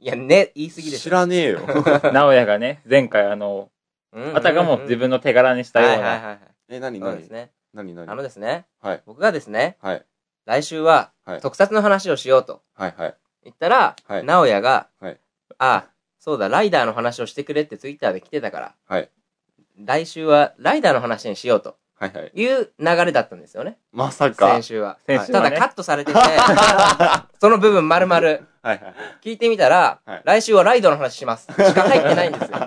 いや、ね、言い過ぎでし知ょ。らねえ よ。う、 直哉がね、前回あの、うんうんうんあたかも自分の手柄にしたはいようはいな、はいはい。え、何そう何ですね。何何あのですね、はい僕がですね、はい。来週ははい特撮の話をしようとはいはい。言ったら、はい直哉が、はいあ、そうだ、ライダーの話をしてくれってツイッターで来てたから、はい来週はライダーの話にしようとはいはい。いう流れだったんですよね。まさか先。週は。先週はたねだカットされてて、 その部分丸々はいはい。聞いてみたら、はい来週はライドの話します。しか入ってないん ですよ。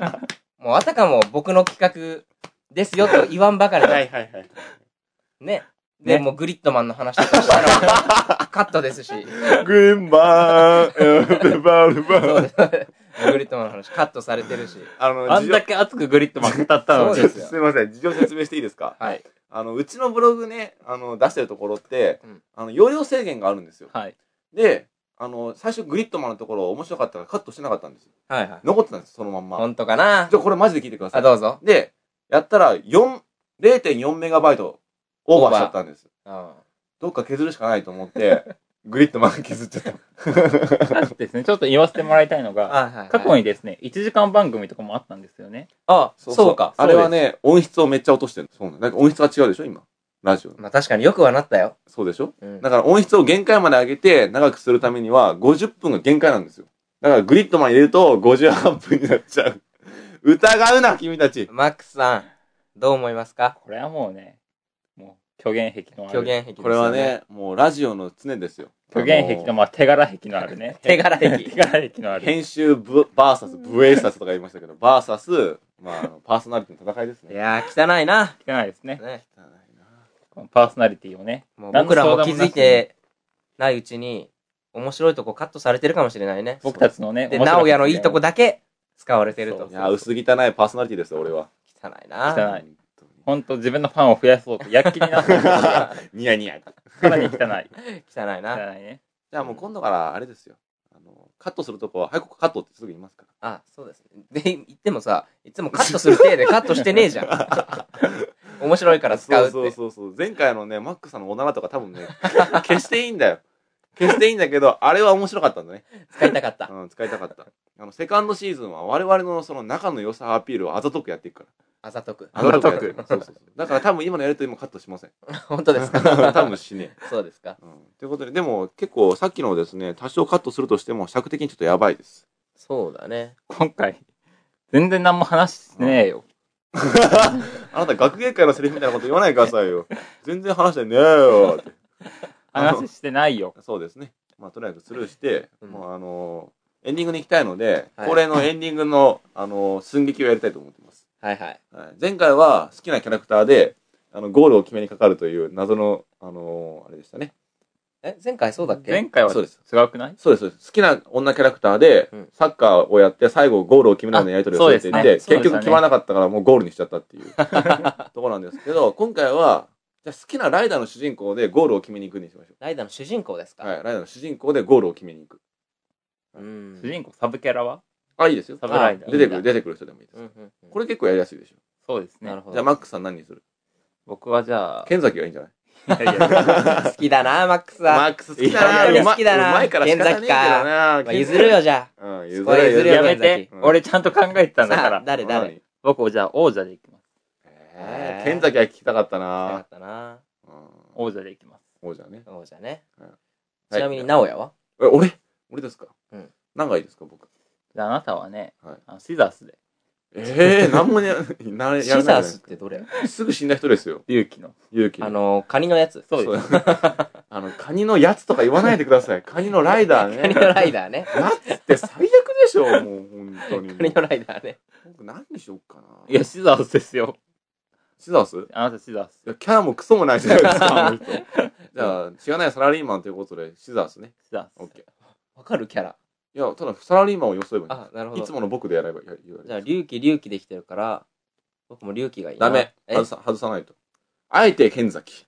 もうあたかも僕の企画ですよと言わんばかりはで。いはいはい。ね。で、ねもうグリッドマンの話とかした ら、カットですし。 群馬、ルバルそうバ。です。グリッドマンの話カットされてるし。あの、あんだけ熱くグリッドマン語ったそのうでにす、よすみません、事情説明していいですかはい。あの、うちのブログね、あの、出してるところってうん、あの、容量制限があるんですよ。はい。で、あの、最初グリッドマンのところ面白かったからカットしてなかったんですよ。はいはい。残ってたんです、そのまんま。本当かなじゃあこれマジで聞いてくださあ、い。どうぞ。で、やったら、4、0.4メガバイトオーバーしちゃったんです。うんどっか削るしかないと思って、 グリッドマン削っちゃった。あとですね、ちょっと言わせてもらいたいのが、はいはいはい。過去にですね、1時間番組とかもあったんですよね。あ、そうか。あれはね、音質をめっちゃ落としてる。そうなのなんか音質が違うでしょ、今。ラジオの。まあ確かによくはなったよ。そうでしょうんだから音質を限界まで上げて長くするためには50分が限界なんですよ。だからグリッドマン入れると58分になっちゃう。 疑うな、君たち。マックスさん、どう思いますかこれはもうね、もう、虚言癖のある。虚言癖ですよね。これはね、もうラジオの常ですよ。虚言癖の、あのまあ、手柄癖のあるね。手柄癖 手柄癖のある。編集ブバーサス、ブエーサスとか言いましたけど、バーサス、まああの、パーソナリティの戦いですいね。やー、汚いな。いけないですね。ね。汚いなパーソナリティをね。もう何の僕らも気相談なづしいてないうちに、面白いとこカットされてるかもしれないね。僕たちのね、で、面白直哉のいいとこだ。だけ使われてるそうとい。や、薄汚いパーソナリティですよ、俺は。汚いな。汚い。ほんと自分のファンを増やそうと、躍起になってる、さニヤニヤ。らに汚い。汚い汚いな。ね。じゃあもう今度からあれですよ。あの、カットするとこは、早くカットってすぐ言いますか。あ、そうですね。で、言ってもさ、いつもカットする体でカットしてねえじゃん。面白いからら使うって。そうそうそうそう。前回のね、マックさんのおならとか多分ね、消していいんだよ。消していいんだけど、あれは面白かったんだね。使いたかった。うん、使いたかった。あの、セカンドシーズンは我々のその仲の良さアピールをあざとくやっていくから。あざとく。あざとくやっていそうそうそう。だから多分今のやると今カットしません。本当です か多分 しねえ。そうですか。うん。ということで、でも結構さっきのですね、多少カットするとしても尺的にちょっとやばいです。そうだね。今回、全然何も話してねえよ。あなた学芸会のセリフみたいなこと言わないでください よ。全然話してねえよって。話してないよ。そうですね。まあ、とりあえずスルーして、うんもうあのエンディングに行きたいので、はい恒例のエンディングの、あの、寸劇をやりたいと思っています。はいはい。はい前回は好きなキャラクターで、あの、ゴールを決めにかかるという謎の、あのあれでしたね。え、前回そうだっけ前回はそう違ですくないそうです、そうです好きな女キャラクターでうん、サッカーをやって、最後ゴールを決めるようなやり取りをされていて、あそうですね結局決まらなかったからもうゴールにしちゃったっていうところなんですけど、今回は、じゃあ好きなライダーの主人公でゴールを決めに行くにしましょライダーの主人公ですう。かはい、ライダーの主人公でゴールを決めに行く。うん。主人公サブキャラはあ、いいですよ。サブライダ出ー。てくる、出てくる人でもいいです。うんうんうんこれ結構やりやすいでしょ。そうですなねる。ほじゃあ、ど。マックスさん何にする僕はじゃあ、剣崎がいいんじゃないいやい や 好きだな、マックスマは。ックス好きだいやな。うま好きだなうまいから仕方ねえけどな。まあ、譲るよ、じゃゃうん、譲そこはる譲譲るるよよ。やめてう。ん俺ちゃんと考えてたあ。んだからさあ、。誰誰。何僕をじゃあ王者でいきます。えー剣崎は聞きたかったよかなっ。たな。うん王者でいきます。そうじゃね。そうじゃね。はちいなみに、直哉はえ、俺俺ですかうん。何がいいですか、僕。じゃああなたはねはい、あのシザースで。ええ、 何もやなやらないじゃない。シザースってどれすぐ死んだ人ですよ。勇気の。勇気。あ、の、カニのやつ。そ うです。す。あの、カニのやつとか言わないでください。カニのライダーカニね。のライダーね。やつって最悪でしょ、 もう、本当に。カニのライダーね。僕何にしよっかな。いや、、シザースですよ。シザースいあなたシザース。や、キャラもクソもないじゃないです か、あの人。じゃあ、知らないサラリーマンということで、シザースね。シザオーッス。ケー。わかるキャラ。いや、ただ、サラリーマンを装えばいいんあ、なるほです。いど。つもの僕でやれば、や言われるじゃあ、隆起隆起できてるから、僕も隆起がいいな。ダメ。え外さ、外さないと。あえて剣崎。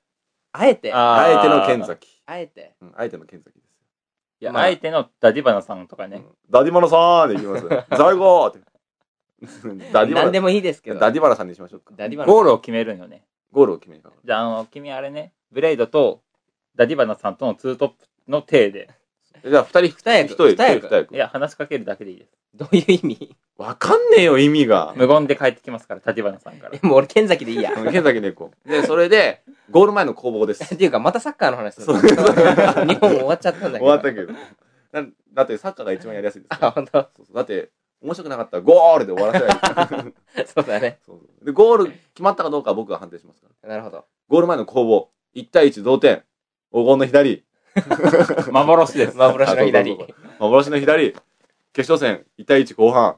あえて、ああえての剣剣崎。えて。うん、あえての剣崎です。いや、まあ相手のダディバナさんとかうねん。ダディマラさーんでいき ます。在庫って。ダディマ何でラ、もいいですけど。ダディマラさんにしましょうか。ダディバナゴールを決めるんよね。ゴールを決めにかかる。じゃあ、あの、君あれね、ブレイドとダディバナさんとのツートップの体で、えじゃあ、二人、二役一人、二役一人二い役。や、話しかけるだけでいいです。どういう意味わかんねえよ、意味が。無言で帰ってきますから、立花さんからえ。もう俺、剣崎でい いや。うん剣崎でいこう。で、それで、ゴール前の攻防です。っていうか、またサッカーの話するそうの日本終わっちゃったんだけど。 終わったけど。だだって、サッカーが一番やりやすいですから。あ、本当。そうそうだって、面白くなかったら、ゴールで終わら せない。そうだね。そうそうで、ゴール決まったかどうかは僕が判定しますから。なるほど。ゴール前の攻防。1対1同点。黄金の左。幻です。幻の左あ。そう幻の左、決勝戦1対1後半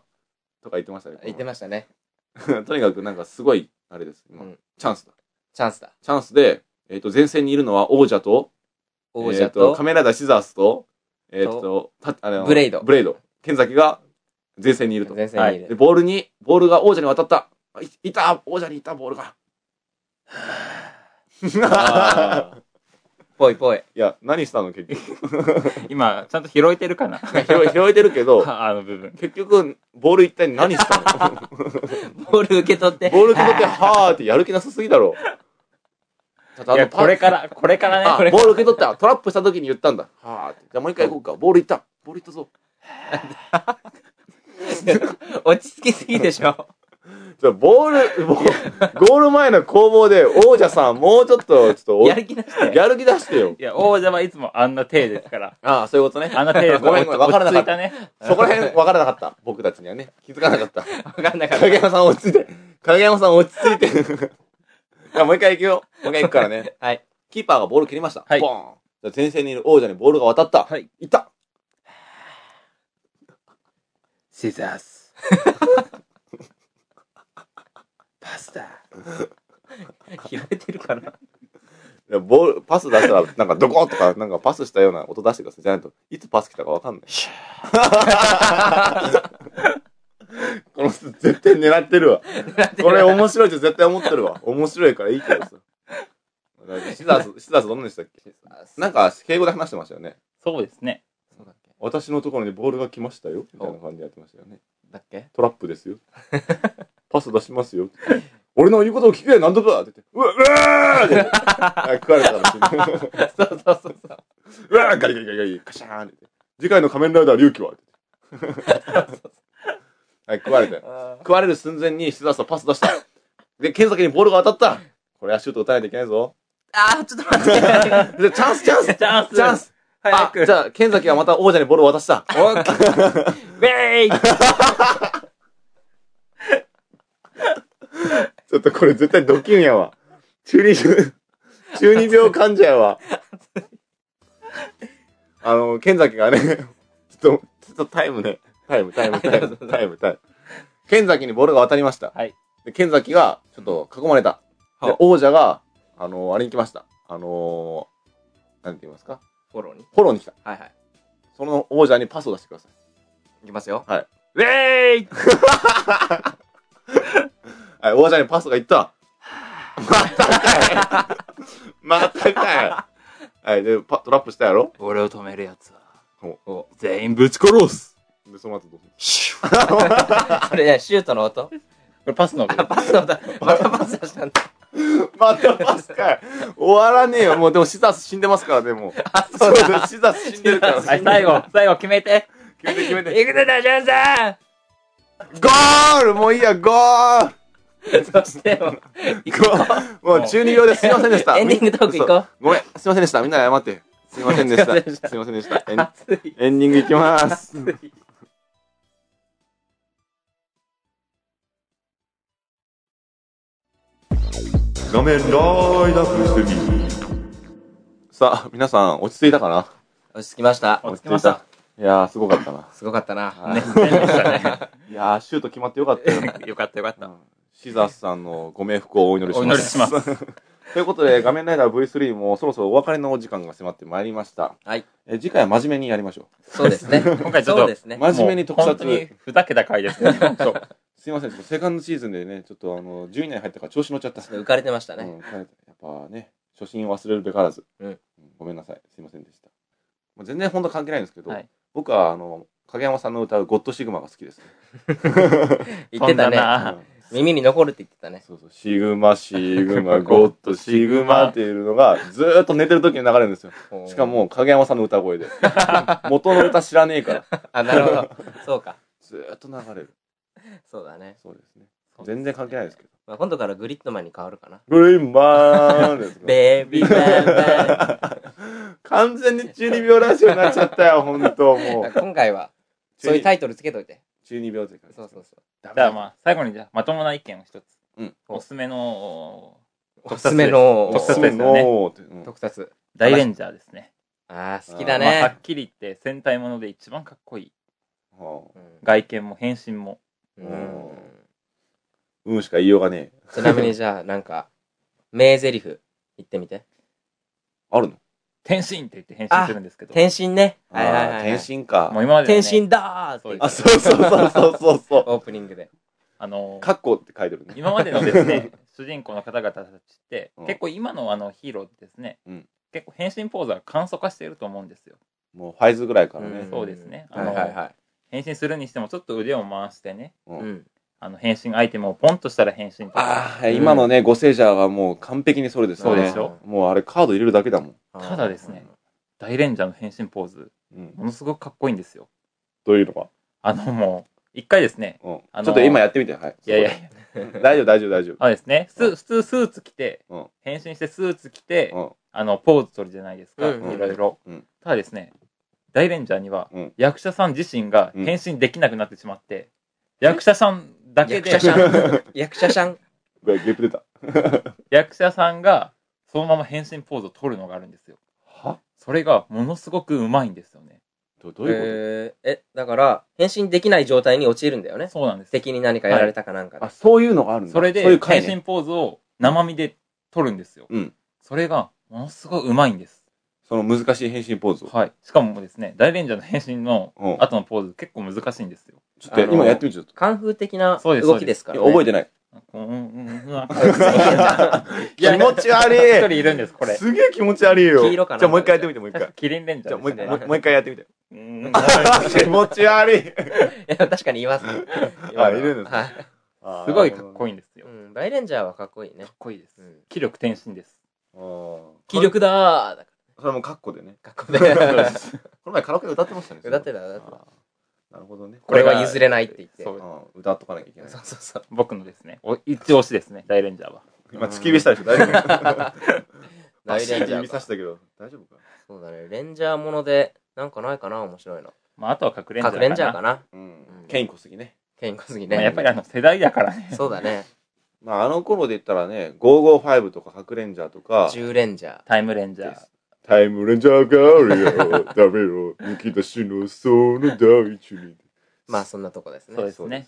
とか言ってましたね。言ってましたね。 とにかくなんかすごい、あれです、今うんチャンスだ。チャンスだ。チャンスで、えっ、と、前線にいるのは王者と、王え者ーととカ、メラダシザースと、えっ、と、たあのブレイドブレイド。剣崎が前線にいると。前線にいで、る。ボールに、ボールが王者に渡った。あいいた王者にいたボールが。あぽいぽい。 いや、何したの結局。ー 今、ちゃんと拾えてるか な拾い拾えてるけど、あの部分。結局、ボール一体何したのボール受け取っ て。ボール受け取って、はーってやる気なさすぎだろ。ちょっとあいのや、パこれから、これからね、あこれボール受け取った。トラップした時に言ったんだ。はーって。じゃあもう一回行こうか。ボール行った。ボール行ったぞ。落ち着きすぎでしょ。じゃあボール、ボールゴール前の攻防で、王者さん、もうちょっと、ちょっとお、やる気なして。やる気出してよい。や、王者はいつもあんな体で すから。ああ、そういうことね。あんな体ですごめんごめん落ちわからなか着っいたたね。そこら辺分からなかった。僕たちにはね。気づかなかった。わかんなかった影。山さん落ち着いて。影山さん落ち着い て。いや、もう一回行くよ。もう一回行くからね。はい。キーパーがボール蹴りました。はいボーン。じゃあ前線にいる王者にボールが渡った。はい。いった。シザ ース。パ スタ。拾えてるかな。いやボール、パス出したら、なんかドコンとか、なんかパスしたような音出してください。じゃないと、いつパス来たかわかんない。この人絶対狙ってるわ。これ面白いって絶対思ってるわ。面白いからいいけどさ。だってシザース、シザースどんなでしたっけなんか、敬語で話してましたよね。そうですね。そうだっけ私のところにボールが来ましたよ。みたいな感じでやってましたよね。だっけトラップですよ。 パス出しますよ。俺の言うことを聞けよ、何度だって言って、うわ、うわーって、あ食われたかもしれ ない。そうそうそうそう。うわーガリガリガリガリ、カシャーンって。次回の仮面ライダー、龍騎はってはい、食われたよ。あ食われる寸前に、シザースはパス出した。で、剣先にボールが当たった。これはシュート打たないといけないぞ。ー、ちょっと待って。で、チャンス、チャンス、チャンスチャンス。早あ、くじゃあ、剣崎がまた王者にボールを渡した。ウェ ーイちょっとこれ絶対ドキュンやわ。中二 病、中二病患者やわ。あの、剣崎がね、ちょっとちょっとタイムね。タイム、タイム、タイム、タイム、タイム。剣崎にボールが渡りました。はいで、剣崎が、ちょっと囲まれた。うんでは、王者が、あのー、あれに来ました。あのー、なんて言いますかフォローに。フォローに来た。はいはい。その王者にパスを出してください。いきますよ。ウェーイはい、王者にパスがい った。またかいまたかいはい、で、パトラップしたやろ俺を止めるやつはおお全員ぶち殺すで、その後どう するシュッそれね、シュートの音これパスの音あ、パスの音。またパス出したんだ。またパスかい終わらねえよ。もう、でも、シザース死んでますから、でも。あ、そそううだ、だ。シザース死んでる から。はい、最後、最後決めて。決めて決めて。いくぜ、大丈夫さんゴールもういいや、ゴーそしてもう、ルゴールもう12秒ですいませんでした。 エンディングトーク行こう。ごめん、すいませんでした。みんなで謝って。すいませんでし。すいませんでしたたすいませんでした。エン熱い。エンディングいきます。 熱い。画面ライダップしてみさあ、皆さん、落ち着いたかな落ち着きました。落ち着きました。いやー、すごかったな。すごかったな。ねいやー、シュート決まってよかったよ。よかったよかっうんシザースさんのご冥福をお祈りします。。お祈りします ということで、画面ライダー V3 もそろそろお別れのお時間が迫ってまいりました。はい。え次回は真面目にやりましょそうですね。今回ちょっとそうですねう。。真面目に特もう撮本。当にふざけた回ですね。 そうすいません、ちょっとセカンドシーズンでね、ちょっとあの、10位以内入ったから調子乗っちゃった。浮かれてましたうね。ん、やっぱね、初心忘れるべからず、うんごめんなさい、すいませんでした。まあ、全然本当関係ないんですけど、はい僕はあの影山さんの歌うゴッドシグマが好きです、ね。言ってた飛んだね。なうん耳に残るって言ってたね。そうそう、シグマ、シグマ、ゴッドシグマっていうのがずーっと寝てる時に流れるんですよ。しか、も影山さんの歌 声で。元の歌知らねえから、あ、なるほど。そうか。ずーっと流れる。そうだね。そうですね。全然関係ないですけど。まあ、今度からグリッドマンに変わるかな。グリーンマンですねベビーバン 完全に12秒ラジオになっちゃったよ、ほんと、もバン。う。今回は、そういうタイトルつけといて。 12秒って感じ。そうそうそじゃあまあ、最後にじゃあまともな意見を一つ。うんおすすめのう。おすすめのお特すす撮めですよねのってうん特撮。大レンジャーですね。ああ、好きだまあはねっ。きり言って戦隊もので一番かっこいい。はあうん外見も変身も。うんうんしか言いようがねえ。ちなみにじゃあ、なんか、名台詞言ってみて。あるの転身って言って変身するんですけど。転身ね。はいはいはいあはーい。転身かも。う今まで、ね、転身だーって言ってあ、そうそうそうそうそうそ オープニングで。あのう。カッコって書いてるね。今までので すね、主人公の方々たちってうん、結構今のあのヒーローってですね、うん結構変身ポーズは簡素化していると思うんですよ。もうファイズぐらいからねん。そうですねはいはいはい。変身するにしてもちょっと腕を回してね、うんうん。あの変身アイテムをポンとしたら変身とか。ああ、今のね、ゴセージャーはもう完璧にそれですよそうね。でしょもうあれカード入れるだけだもん。あーただですね。大レンジャーの変身ポーズ、うん。ものすごくかっこいいんですよ。どういうのか。あのもう、一回ですね、うんあのーちょっと今やってみて、はい。いやいやいや、大丈夫、大丈夫、大丈あのですね、うんス普通スーツ着てうん、変身してスーツ着て、夫。あの、ポーズ取るじゃないですか、うんいろいろうん。ただですね、大レンジャーにはうん、役者さん自身が変身できなくなってしまって、役者さんだけ役で、者さ ん。役者さん。うん。ゲップ出た。役者さんが、そのまま変身ポーズを取るのがあるんですよ。はそれが、ものすごくうまいんですよね。どどういうこえーえ、だから、変身できない状態に陥るんだよね。そうなんです。敵に何かやられたかなんかとであ、。そういうのがあるんだ。それでそういう回変ね身ポーズを生身で取るんですよ。うんそれがものすごいうまいんです。その難しい変身ポーズを。はい。しかもですね、大レンジャーの変身のうん後のポーズ結構難しいんですよ。ちょっとやあのー今やってみて、ちょっと。カンフー的なそうです動きですから、ね。覚えてない。うんうんうんうん 気持ち悪一人いいるんです、これ。すげえ気持ち悪いよ。黄色かなじゃあもう一回やってみて、 もう一確か回。キリンレンジじゃャあーもうで一す回、ね。もうもう一回やってみて。うんうんうん 気持ち悪い。 いや確かにいます。 あいるんですねはい。すごいかっこいい。いいんですよう。ん、大レンジャーはかっこいいねかっ。こいいですうん。気力転身です。あー気力だ ーだかそれもカッコで ね。らかっこいい。 この前カラオケで歌ってましたね。歌ってた歌ってたあーなるほどね。これは譲れないって言って。そそうれうん歌っとかなきゃいけないそ。うそう。僕のですね、お一押しですね、大レンジャーは。今、突き指したでしょ 大丈夫大レンジャ指ーさかし。たけど、大丈夫かそうだね。レンジャーもので、なんかないかな面白いの。まあ、あとは隠レンジャー各レンジャーかな。な。うんうんケイン小杉ね。ケイン小杉まあやっね。ぱりあの世代だからね。そうだね。まあ、あの頃で言ったらね、555とか、ハクレンジャーとか、 10レンジャー。タイムレンジャーです。タイムレンジャーガーリアを食べろ、抜き出しのその第一に。まあそんなとこですね。そうですね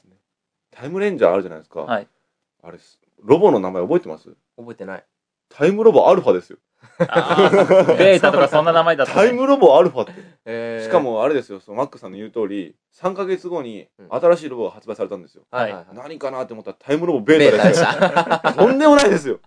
タイムレンジャーあるじゃないですか。はい。あれ、ロボの名前覚えてます覚えてない。タイムロボアルファですよ。あーベータとかそんな名前だったね。タイムロボアルファって。えーしか、もあれですよ、そのマックさんの言う通り、3ヶ月後にうん新しいロボが発売されたんですよ。はいはいはい。何かなって思ったらタイムロボベベータータでですしよ。た。とんでもないですよ。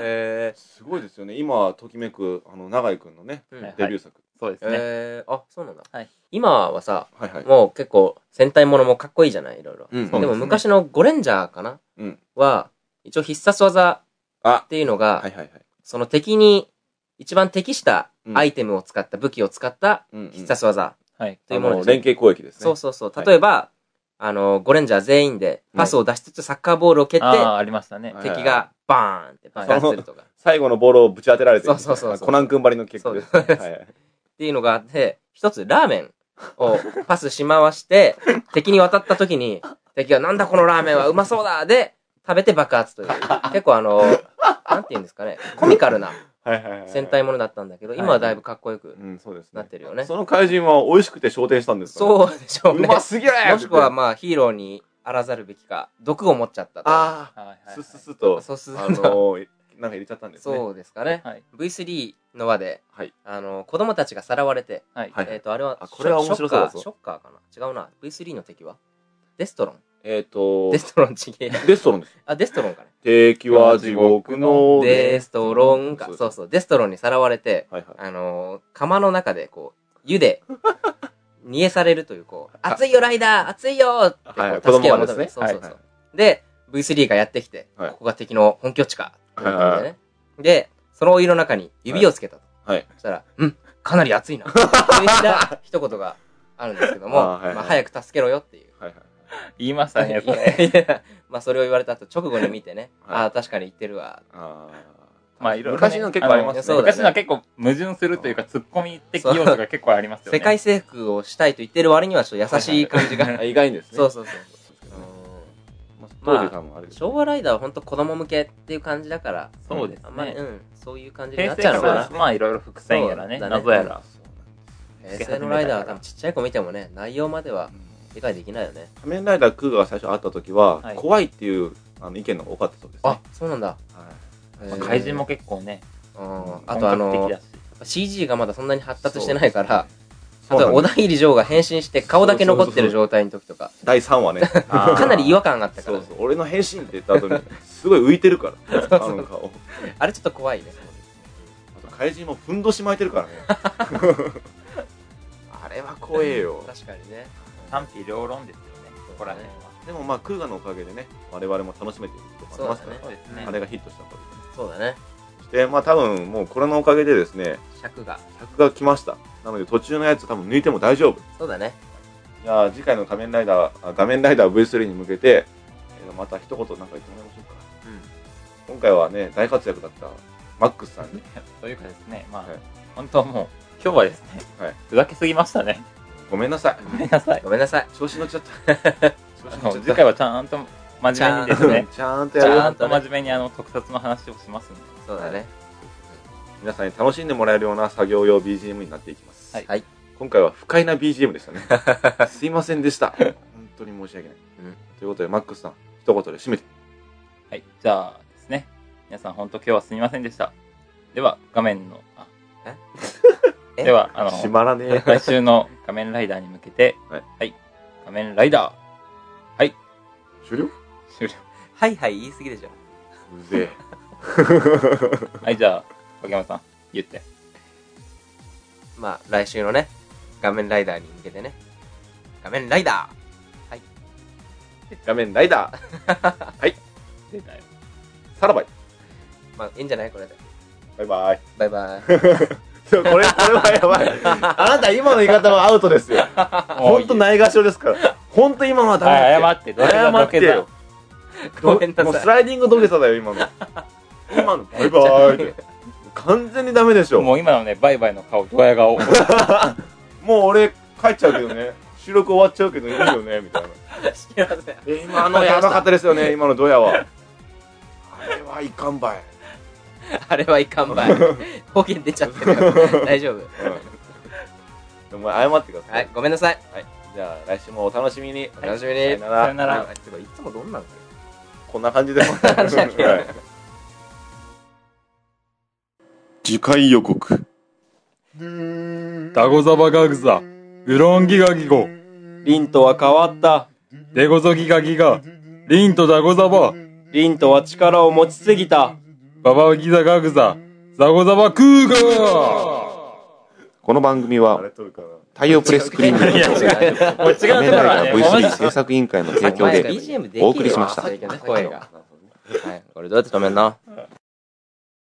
えすごいですよね。今、ときめく、あの、永井くんのね、ーはいデビュー作。そうですね。えーあ、そうなんだ。はい今はさ、はいはい。もう結構戦隊ものもかっこいいじゃないいろいろ。うんでそうもですね昔のゴレンジャーかな、うんは、一応必殺技あっていうのが、はいはいはい。その敵に一番適したアイテムを使った、武器を使ったうんうん必殺技はい。というものあですね連携攻撃ですね。そうそうそう。はい例えば、あの、ゴレンジャー全員でパスを出しつつサッカーボールを蹴って、ああー、ありましたね。はい敵がバーンって爆発するとか。っ最後のボールをぶち当てられてそうそうそうそうコナン君ばりの結果です、ねそうですはいはいていうのがあって、一つラーメンをパスし回して、敵に渡った時に、敵がなんだこのラーメンはうまそうだで、食べて爆発という。結構あの、なんて言うんですかね、コミカルなはいはいはいはい戦隊ものだったんだけど、今はだいぶかっこよくうんそうですねなってるよね。その怪人は美味しくて昇天したんですかね、そうでしょうね。うますぎるもしくはまあヒーローにあらざるべきか、毒を持っちゃったと。あはいはいあはいスッスッスッとそうするあとのーなんか入れちゃったんですねそうですかね。はい V3 の輪で、はいあの子供たちがさらわれて、はい。はいえっ、とあれはあこれは面白そうだぞショッカーショッカーかな違うな V3 の敵はデストロンえっ、とデストロンちげえデストロン ですあデストロンかね敵は地獄のデストロンかそうですそうそうデストロンにさらわれてはいはいあのー釜の中でこう湯で 煮えされるというこう「熱いよライダー熱いよ!」ってこう、はいはい助けを子供がで求すめねてそうそうそう、はいはで V3 がやってきて、はいここが敵の本拠地かということでね、でそのお湯の中に指をつけたと、はいそしたら「うんかなり熱 いな」という一言があるんですけどもあーはいはいまあ、早く助けろよっていう。はいはい言いましたね、それ。 いやいやまあそれを言われた後直後に見てね、はいああ確かに言ってるわあーまあいろいろ、ね、昔の結構ありますねあのそうだね昔のは結構矛盾するというか、突っ込み的要素が結構ありますよね。世界征服をしたいと言ってる割にはちょっと優しい感じが、 あ意外にですねそうそうそうまあまあ当時多分あれです昭和ライダーは本当子供向けっていう感じだからそうですねあんまり、うん、そういう感じにな平っ成ちゃうかのからなそ、まあいろいろ伏線やらね、そうだね謎やら。平成のライダーは多分ちっちゃい子見てもね内容までは理解できないよね仮面ライダークーガが最初会った時は、はい怖いっていうあの意見が多かったそうです、ね、あそうなんだ、はいまあ怪人も結構ね、うんあ本とあ格の的だし。 CG がまだそんなに発達してないからそ例うえなんば小です田切城が変身して顔だけ残ってる状態の時とか第3話ね あーかなり違和感があったかそらうそう俺の変身って言った後にすごい浮いてるからそあうの顔あれちょっと怖いねあと怪人もふんどし巻いてる からねあれは怖えよ確かにね賛否両論ですよね、そこら辺は。でもまあクーガのおかげでね我々も楽しめているとこありますからねそうですねあれがヒットしたとそうだねそしてまあ多分もうこれのおかげでですね尺が作が来ましたなので途中のやつ多分抜いても大丈夫そうだねじゃあ次回の仮面ライダーあ画面ライダー V3 に向けて、えーまた一言なんか言ってもらいましょうか今回はね大活躍だったマックスさんにというかですね、まあ、はい本当もう、今日はですね、はいふざけすぎましたね。ごめんなさいご めんなさい。ごめんなさい調子乗っちゃったあ調子乗っのちゃった次回はちゃんと真面目に ですね、ちゃんとちやるよゃんと真面目にあの特撮の話をしますんで。そうだね皆さんに楽しんでもらえるような作業用 BGM になっていきます、はいはい今回は不快な BGM でしたねすいませんでした本当に申し訳ない、うんということでマックスさん一言で締めてはい、じゃあですね、皆さん本当今日はすみませんでした。では、画面の、あ、えで は、あ閉の、まらねえ来週の仮面ライダーに向けて、はい、仮面ライダ終了うー、 終了。はいはい言い過ぎでしょぜはい、じゃあ、影山さん、言って。まあ来週のね仮面ライダーに向けてね仮面ライダーえ画面ライダー出 たよ。さらばいまあいいんじゃないこれでバイバイバイバイそうこれ、これはやばい。あなた、今の言い方はアウトですよ。ほんとないがしろですから。ほんと今のはダメはだい謝っって、て。謝ってよ。ごめんなもうさいスライディング土下座だよ、今の。今の、バイバイって。完全にダメでしょ。ももう今のね、バイバイの顔、ドヤ顔。う俺、帰っちゃうけどね。収録終わっちゃうけどいいよね、みたいな。すいませんえ今のやばかったですよね、今のドヤは。あれはいかんばい。あれはいかん ばい。方言出ちゃ ってるよ。大丈夫。うん。でも謝ってください。はい、ごめんなさい。じゃあ来週もお楽しみに。お楽しみに。さよならさよならあてかいつもどんなんだよこんな 感じで。話だけはい次回予告。ダゴザバガグザ、ウロンギガギゴ、リンとは変わった。デゴゾギガギガ、リンとダゴザバ、リンとは力を持ちすぎた。ババギザガグザ、ザゴザバクーガーこの番組あはれ撮るかな。太陽プレスクリームのいや違うもう違うところ仮面はライダねーごめ V3 んなさい制作委員会の提お供前で BGM できるよお送りしました声が。はい、これどうやって止めんの